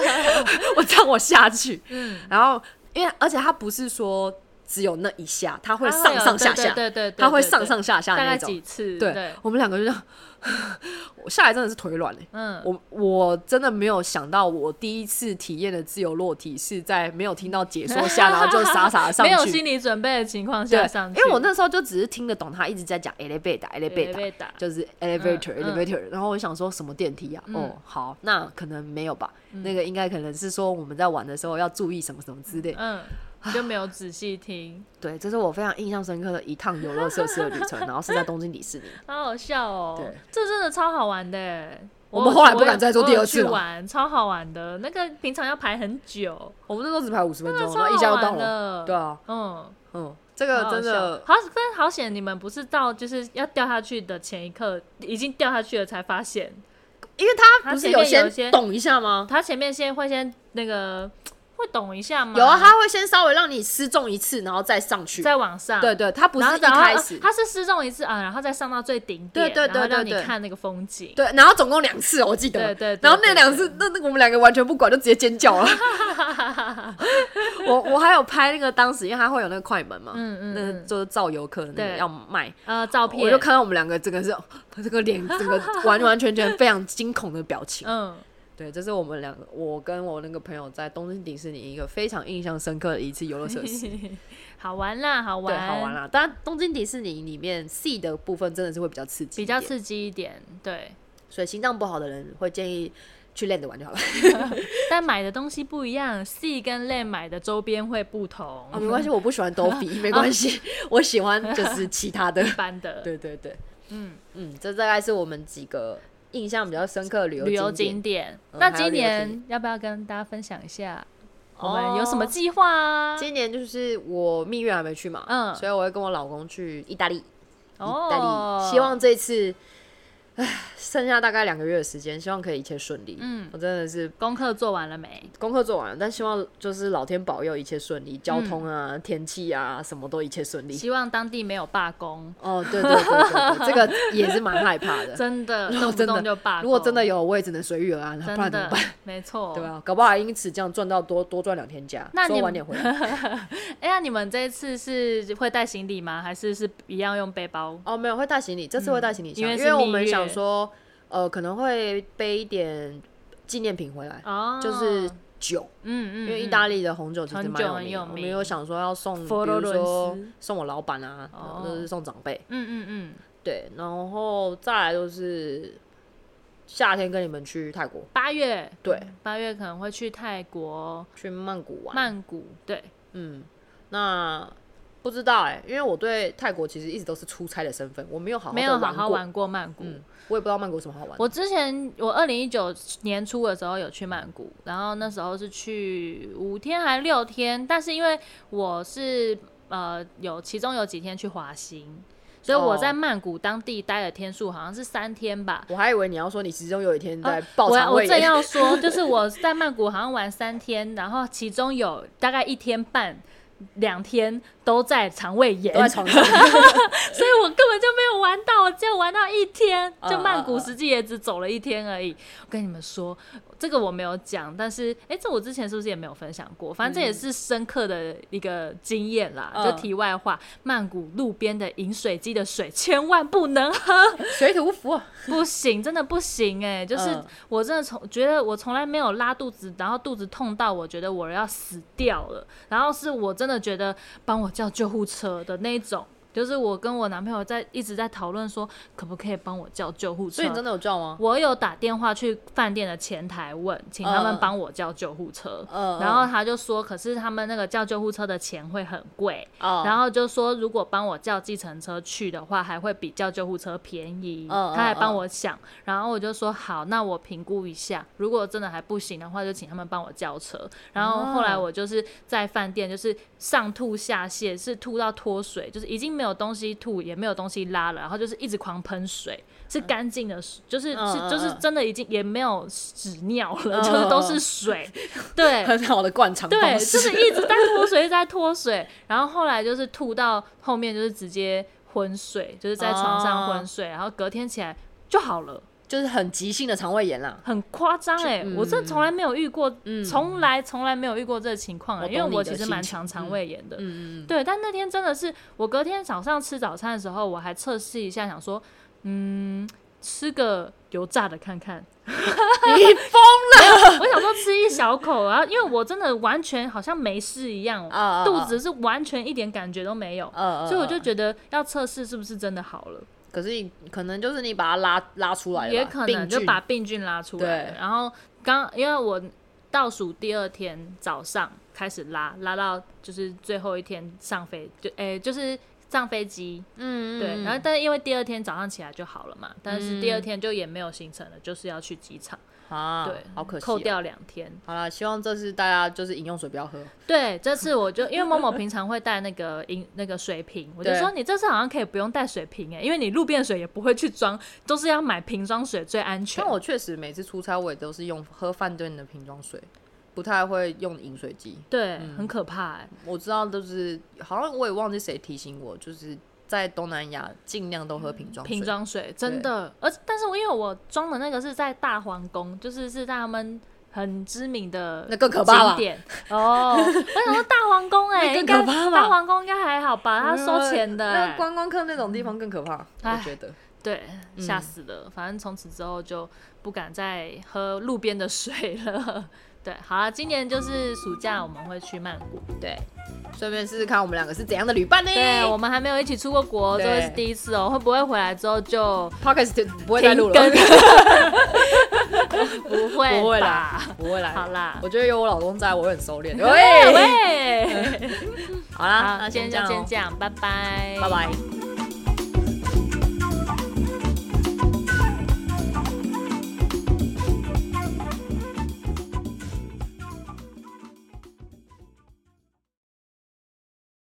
Speaker 1: 我让我下去。”
Speaker 2: 嗯
Speaker 1: 然后因为而且它不是说只有那一下，它会上上下下，
Speaker 2: 对对对，
Speaker 1: 它会
Speaker 2: 对
Speaker 1: 上
Speaker 2: 对
Speaker 1: 上下下
Speaker 2: 大
Speaker 1: 的那
Speaker 2: 概
Speaker 1: 种
Speaker 2: 几。次，
Speaker 1: 对，我们两个就这样， 我下来真的是腿软嘞、欸
Speaker 2: 嗯，
Speaker 1: 我我真的没有想到，我第一次体验的自由落体是在没有听到解说下，然后就傻傻的上
Speaker 2: 没
Speaker 1: 去，
Speaker 2: 有心理准备的情况
Speaker 1: 对
Speaker 2: 下上，去，
Speaker 1: 因为我那时候就只是听得懂他一直在讲 elevator elevator，
Speaker 2: 被打，
Speaker 1: 就是 elevator、
Speaker 2: 嗯
Speaker 1: elevator，、然后我想说什么电梯啊？哦，好，那可能没有吧，
Speaker 2: 嗯
Speaker 1: 那个应该可能是说我们在玩的时候要注意什么什么之类。
Speaker 2: 嗯，就没有仔细听，
Speaker 1: 对，这是我非常印象深刻的一趟游乐设施的旅 程，然后是在东京迪士尼。
Speaker 2: 好好笑哦
Speaker 1: 对，
Speaker 2: 这真的超好玩的。
Speaker 1: 我
Speaker 2: 有
Speaker 1: 们后来不
Speaker 2: 有
Speaker 1: 敢再做
Speaker 2: 我
Speaker 1: 第
Speaker 2: 有
Speaker 1: 二次
Speaker 2: 去
Speaker 1: 了
Speaker 2: 玩超好玩的，那个平常要排很久，
Speaker 1: 我们那时候只排五十分
Speaker 2: 那
Speaker 1: 钟，
Speaker 2: 超
Speaker 1: 然后一下
Speaker 2: 好
Speaker 1: 就到
Speaker 2: 玩
Speaker 1: 了。
Speaker 2: 的。
Speaker 1: 对，啊，
Speaker 2: 嗯，
Speaker 1: 嗯，这
Speaker 2: 这
Speaker 1: 个真的
Speaker 2: 好，但好险你们不是到就是要掉下去的前一刻，已经掉下去了才发现，
Speaker 1: 因为他
Speaker 2: 它
Speaker 1: 不是
Speaker 2: 前面有
Speaker 1: 先
Speaker 2: 些
Speaker 1: 懂一下吗？
Speaker 2: 他前面先会先那个会懂一下吗？
Speaker 1: 有啊，他会先稍微让你失重一次，然后再上去。
Speaker 2: 嗯再往上，
Speaker 1: 对对，他不是
Speaker 2: 然后
Speaker 1: 一
Speaker 2: 然后
Speaker 1: 开
Speaker 2: 呃
Speaker 1: 始。
Speaker 2: 它是失重一次啊，然后再上到最顶点，
Speaker 1: 对对
Speaker 2: 然后
Speaker 1: 对对
Speaker 2: 让你
Speaker 1: 对
Speaker 2: 看那个风景。
Speaker 1: 对，然后总共两次，哦我记得。
Speaker 2: 对对对
Speaker 1: 然后那
Speaker 2: 对
Speaker 1: 两次，那那个我们两个完全不管，就直接尖 叫了。啊我我还有拍那个当时，因为它会有那个快门嘛，
Speaker 2: 嗯嗯
Speaker 1: 那
Speaker 2: 嗯
Speaker 1: 就是照游客的那个
Speaker 2: 对
Speaker 1: 要卖。
Speaker 2: 呃，照片
Speaker 1: 我就看到我们两个这个是这个脸，这 个完完全全非常惊恐的表情。
Speaker 2: 嗯，
Speaker 1: 对，这是我们两个，我跟我那个朋友在东京迪士尼一个非常印象深刻的一次游乐设 施。
Speaker 2: 好玩啦，好
Speaker 1: 对，
Speaker 2: 玩，
Speaker 1: 好玩啦！当然，东京迪士尼里面 C 的部分真的是会比较刺激，
Speaker 2: 比较，刺激一点，对。
Speaker 1: 所以心脏不好的人会建议去 Land 玩就好了。
Speaker 2: 但买的东西不一样，C 跟 l 买的周边会不同，
Speaker 1: 啊，没关系，我不喜 欢多比，没关系，我喜欢就是其他的。
Speaker 2: 一般的
Speaker 1: 对对对，
Speaker 2: 嗯
Speaker 1: 嗯，这大概是我们几个印象比较深刻的旅游
Speaker 2: 旅游
Speaker 1: 景点。
Speaker 2: 景点。
Speaker 1: 嗯
Speaker 2: 那
Speaker 1: 还有
Speaker 2: 今
Speaker 1: 旅游景
Speaker 2: 年要不要跟大家分享一下，我
Speaker 1: 哦
Speaker 2: 们有什么计划啊？
Speaker 1: 今年就是我蜜月还没去嘛，
Speaker 2: 嗯
Speaker 1: 所以我会跟我老公去意大利，意大利，
Speaker 2: 哦，
Speaker 1: 希望这次，唉，剩下大概两个月的时间，希望可以一切顺利。
Speaker 2: 嗯
Speaker 1: 我真的是
Speaker 2: 功课做完了没？
Speaker 1: 功课做完了，但希望就是老天保佑一切顺利，交通啊、
Speaker 2: 嗯
Speaker 1: 天气啊，什么都一切顺利。
Speaker 2: 希望当地没有罢工，
Speaker 1: 哦，对对对对对，这个也是蛮害怕的。
Speaker 2: 真 的
Speaker 1: 如果
Speaker 2: 动不
Speaker 1: 哦真的
Speaker 2: 动就罢工。
Speaker 1: 如果真的有，我也只能随遇而安了，不然
Speaker 2: 真
Speaker 1: 怎么
Speaker 2: 的
Speaker 1: 办？
Speaker 2: 没错，
Speaker 1: 对啊，搞不好还因此这样赚到多多赚两天假，
Speaker 2: 那
Speaker 1: 所以
Speaker 2: 你
Speaker 1: 晚点回 来。
Speaker 2: 哎呀，那你们这一次是会带行李吗？还是是一样用背包？
Speaker 1: 哦，没有会带行李，这次会带行李箱，
Speaker 2: 嗯因为
Speaker 1: 因
Speaker 2: 是
Speaker 1: 为我
Speaker 2: 蜜
Speaker 1: 们
Speaker 2: 月
Speaker 1: 想说，呃，可能会背一点纪念品回来，
Speaker 2: 哦，
Speaker 1: 就是酒，
Speaker 2: 嗯嗯，
Speaker 1: 因为意大
Speaker 2: 利
Speaker 1: 利的红酒其实
Speaker 2: 很
Speaker 1: 蛮
Speaker 2: 久
Speaker 1: 有
Speaker 2: 很
Speaker 1: 名
Speaker 2: 有
Speaker 1: 的。我们
Speaker 2: 名
Speaker 1: 有想说要送，比
Speaker 2: 佛罗
Speaker 1: 如
Speaker 2: 伦
Speaker 1: 说
Speaker 2: 斯
Speaker 1: 送我老板啊，
Speaker 2: 哦
Speaker 1: 就是送长辈，
Speaker 2: 嗯嗯嗯，
Speaker 1: 对，然后再来就是夏天跟你们去泰国，
Speaker 2: 八月
Speaker 1: 对，
Speaker 2: 八月可能会去泰国
Speaker 1: 去曼谷玩，
Speaker 2: 曼谷，对，
Speaker 1: 嗯，那不知道哎、因为我对泰国其实一直都是出差的身份，我没有好好
Speaker 2: 没
Speaker 1: 地
Speaker 2: 有好好
Speaker 1: 过，
Speaker 2: 玩过曼谷。
Speaker 1: 嗯，我也不知道曼谷有什么好玩的。
Speaker 2: 我之前我二零一九年初的时候有去曼谷，然后那时候是去五天还六天，但是因为我是呃有其中有几天去华兴，所以我在
Speaker 1: 哦
Speaker 2: 曼谷当地待的天数好像是三天吧。
Speaker 1: 我还以为你要说你其中有一天 在爆
Speaker 2: 我
Speaker 1: 肠
Speaker 2: 我
Speaker 1: 胃
Speaker 2: 正
Speaker 1: 炎，
Speaker 2: 要说，就是我在曼谷好像玩三天，然后其中有大概一天半、两天都在肠胃炎，
Speaker 1: 都在床上。
Speaker 2: 所以我根本就没有玩到，我只有玩到一天，
Speaker 1: 嗯
Speaker 2: 就曼
Speaker 1: 嗯
Speaker 2: 谷
Speaker 1: 嗯
Speaker 2: 实际也只走了一天而已。我跟你们说，这个我没有讲，但是哎、诶这我之前是不是也没有分享过？反正这也是深刻的一个经验啦。
Speaker 1: 嗯
Speaker 2: 就题外话，曼谷路边的饮水机的水千万不能喝，
Speaker 1: 水土不服 啊，
Speaker 2: 不行，真的不行哎、就是
Speaker 1: 嗯
Speaker 2: 我真的从觉得我从来没有拉肚子，然后肚子痛到我觉得我要死掉了，然后是我真的觉得帮我叫救护车的那一种。就是我跟我男朋友在一直在讨论说，可不可以帮我叫救护车？
Speaker 1: 所以你真的有叫吗？
Speaker 2: 我有打电话去饭店的前台问，请他们帮我叫救护车。
Speaker 1: 嗯嗯
Speaker 2: 然后他就说，可是他们那个叫救护车的钱会很贵，
Speaker 1: 哦，
Speaker 2: 然后就说如果帮我叫计程车去的话，还会比叫救护车便宜。
Speaker 1: 嗯嗯
Speaker 2: 他还帮我想，然后我就说好，那我评估一下，如果真的还不行的话，就请他们帮我叫车。然后后来我就是在饭店，就是上吐下泻，是吐到脱水，就是已经没有东西吐，也没有东西拉了，然后就是一直狂喷水，是干净的水，就是
Speaker 1: 嗯嗯
Speaker 2: 是就是
Speaker 1: 嗯
Speaker 2: 真的已经也没有屎尿 了，
Speaker 1: 嗯
Speaker 2: 就是都
Speaker 1: 嗯
Speaker 2: 是
Speaker 1: 嗯
Speaker 2: 水。 对，
Speaker 1: 很好 的灌肠
Speaker 2: 对，
Speaker 1: 方
Speaker 2: 就
Speaker 1: 式，
Speaker 2: 是一直在脱水，一直在脱水，然后后来就是吐到后面就是直接昏睡，就是在床上
Speaker 1: 哦
Speaker 2: 昏睡，然后隔天起来就好了，
Speaker 1: 就是很急性的肠胃炎啦。
Speaker 2: 很夸张哎，我真的从来没有遇过，
Speaker 1: 嗯
Speaker 2: 从、来从来没有遇过这个情况、
Speaker 1: 我
Speaker 2: 欸，
Speaker 1: 懂
Speaker 2: 因为我
Speaker 1: 你的
Speaker 2: 其实
Speaker 1: 心
Speaker 2: 蛮
Speaker 1: 情
Speaker 2: 常肠
Speaker 1: 嗯
Speaker 2: 胃炎的，
Speaker 1: 嗯嗯
Speaker 2: 对，但那天真的是，我隔天早上吃早餐的时候，我还测试一下，想说，嗯，吃个油炸的看看。
Speaker 1: 嗯， 你
Speaker 2: 我想说吃一小口啊，因为我真的完全好像没事一样，
Speaker 1: 啊
Speaker 2: 肚子是完全一点感觉都没有，
Speaker 1: 呃，
Speaker 2: 所以我就觉得要测试是不是真的好了，
Speaker 1: 可是你可能就是你把它拉拉出来了吧，
Speaker 2: 也可能
Speaker 1: 病
Speaker 2: 就
Speaker 1: 菌
Speaker 2: 把病菌拉出来。
Speaker 1: 对
Speaker 2: 然后刚因为我倒数第二天早上开始拉，拉到就是最后一天上飞，就诶、就是上飞机，
Speaker 1: 嗯嗯
Speaker 2: 对，然后但是因为第二天早上起来就好了嘛，但是第二天就也没有行程了，就是要去机场，
Speaker 1: 啊，
Speaker 2: 对，
Speaker 1: 好可惜、
Speaker 2: 扣。掉两天。
Speaker 1: 好啦，希望这次大家就是饮用水不要喝，
Speaker 2: 对，这次我就因为某某平常会带那个饮那个水瓶，我就
Speaker 1: 对
Speaker 2: 说你这次好像可以不用带水瓶哎、因为你路边水也不会去装，都是要买瓶装水最安全
Speaker 1: 但。我确实每次出差我也都是用喝饭店的瓶装水，不太会用饮水机。
Speaker 2: 对，很可怕哎、
Speaker 1: 我知道，就是好像我也忘记谁提醒我，就是在东南亚尽量都喝瓶装水。
Speaker 2: 瓶装水真的，而但是我因为我装的那个是在大皇宫，就是是在他们很知名的
Speaker 1: 那更可怕吧
Speaker 2: 景点 哦。我想说大皇宫哎、
Speaker 1: 那
Speaker 2: 应
Speaker 1: 更
Speaker 2: 该
Speaker 1: 可怕吧嗯
Speaker 2: 大皇宫应该还好吧，他啊收钱的、
Speaker 1: 那
Speaker 2: 哎
Speaker 1: 观光嗯客那种地方更可怕，
Speaker 2: 唉
Speaker 1: 我觉得。
Speaker 2: 对，吓死了。反正从此之后就不敢再喝路边的水了。 对，好了，今年就是暑假我们会去曼谷。
Speaker 1: 对，顺便试试看我们两个是怎样的旅伴呢？
Speaker 2: 对，我们还没有一起出过国，这
Speaker 1: 对
Speaker 2: 会是第一次哦、会不会回来之后就
Speaker 1: podcast 不会再
Speaker 2: 停
Speaker 1: 录了，
Speaker 2: 更？不 会，
Speaker 1: 不会啦。， 不会啦。
Speaker 2: 好啦
Speaker 1: 我觉得有我老公在，我会很收 敛。喂，
Speaker 2: 喂喂，
Speaker 1: 好啦，
Speaker 2: 好，
Speaker 1: 那
Speaker 2: 今天
Speaker 1: 先这样
Speaker 2: 就先
Speaker 1: 哦，
Speaker 2: 这样，拜拜，
Speaker 1: 拜拜。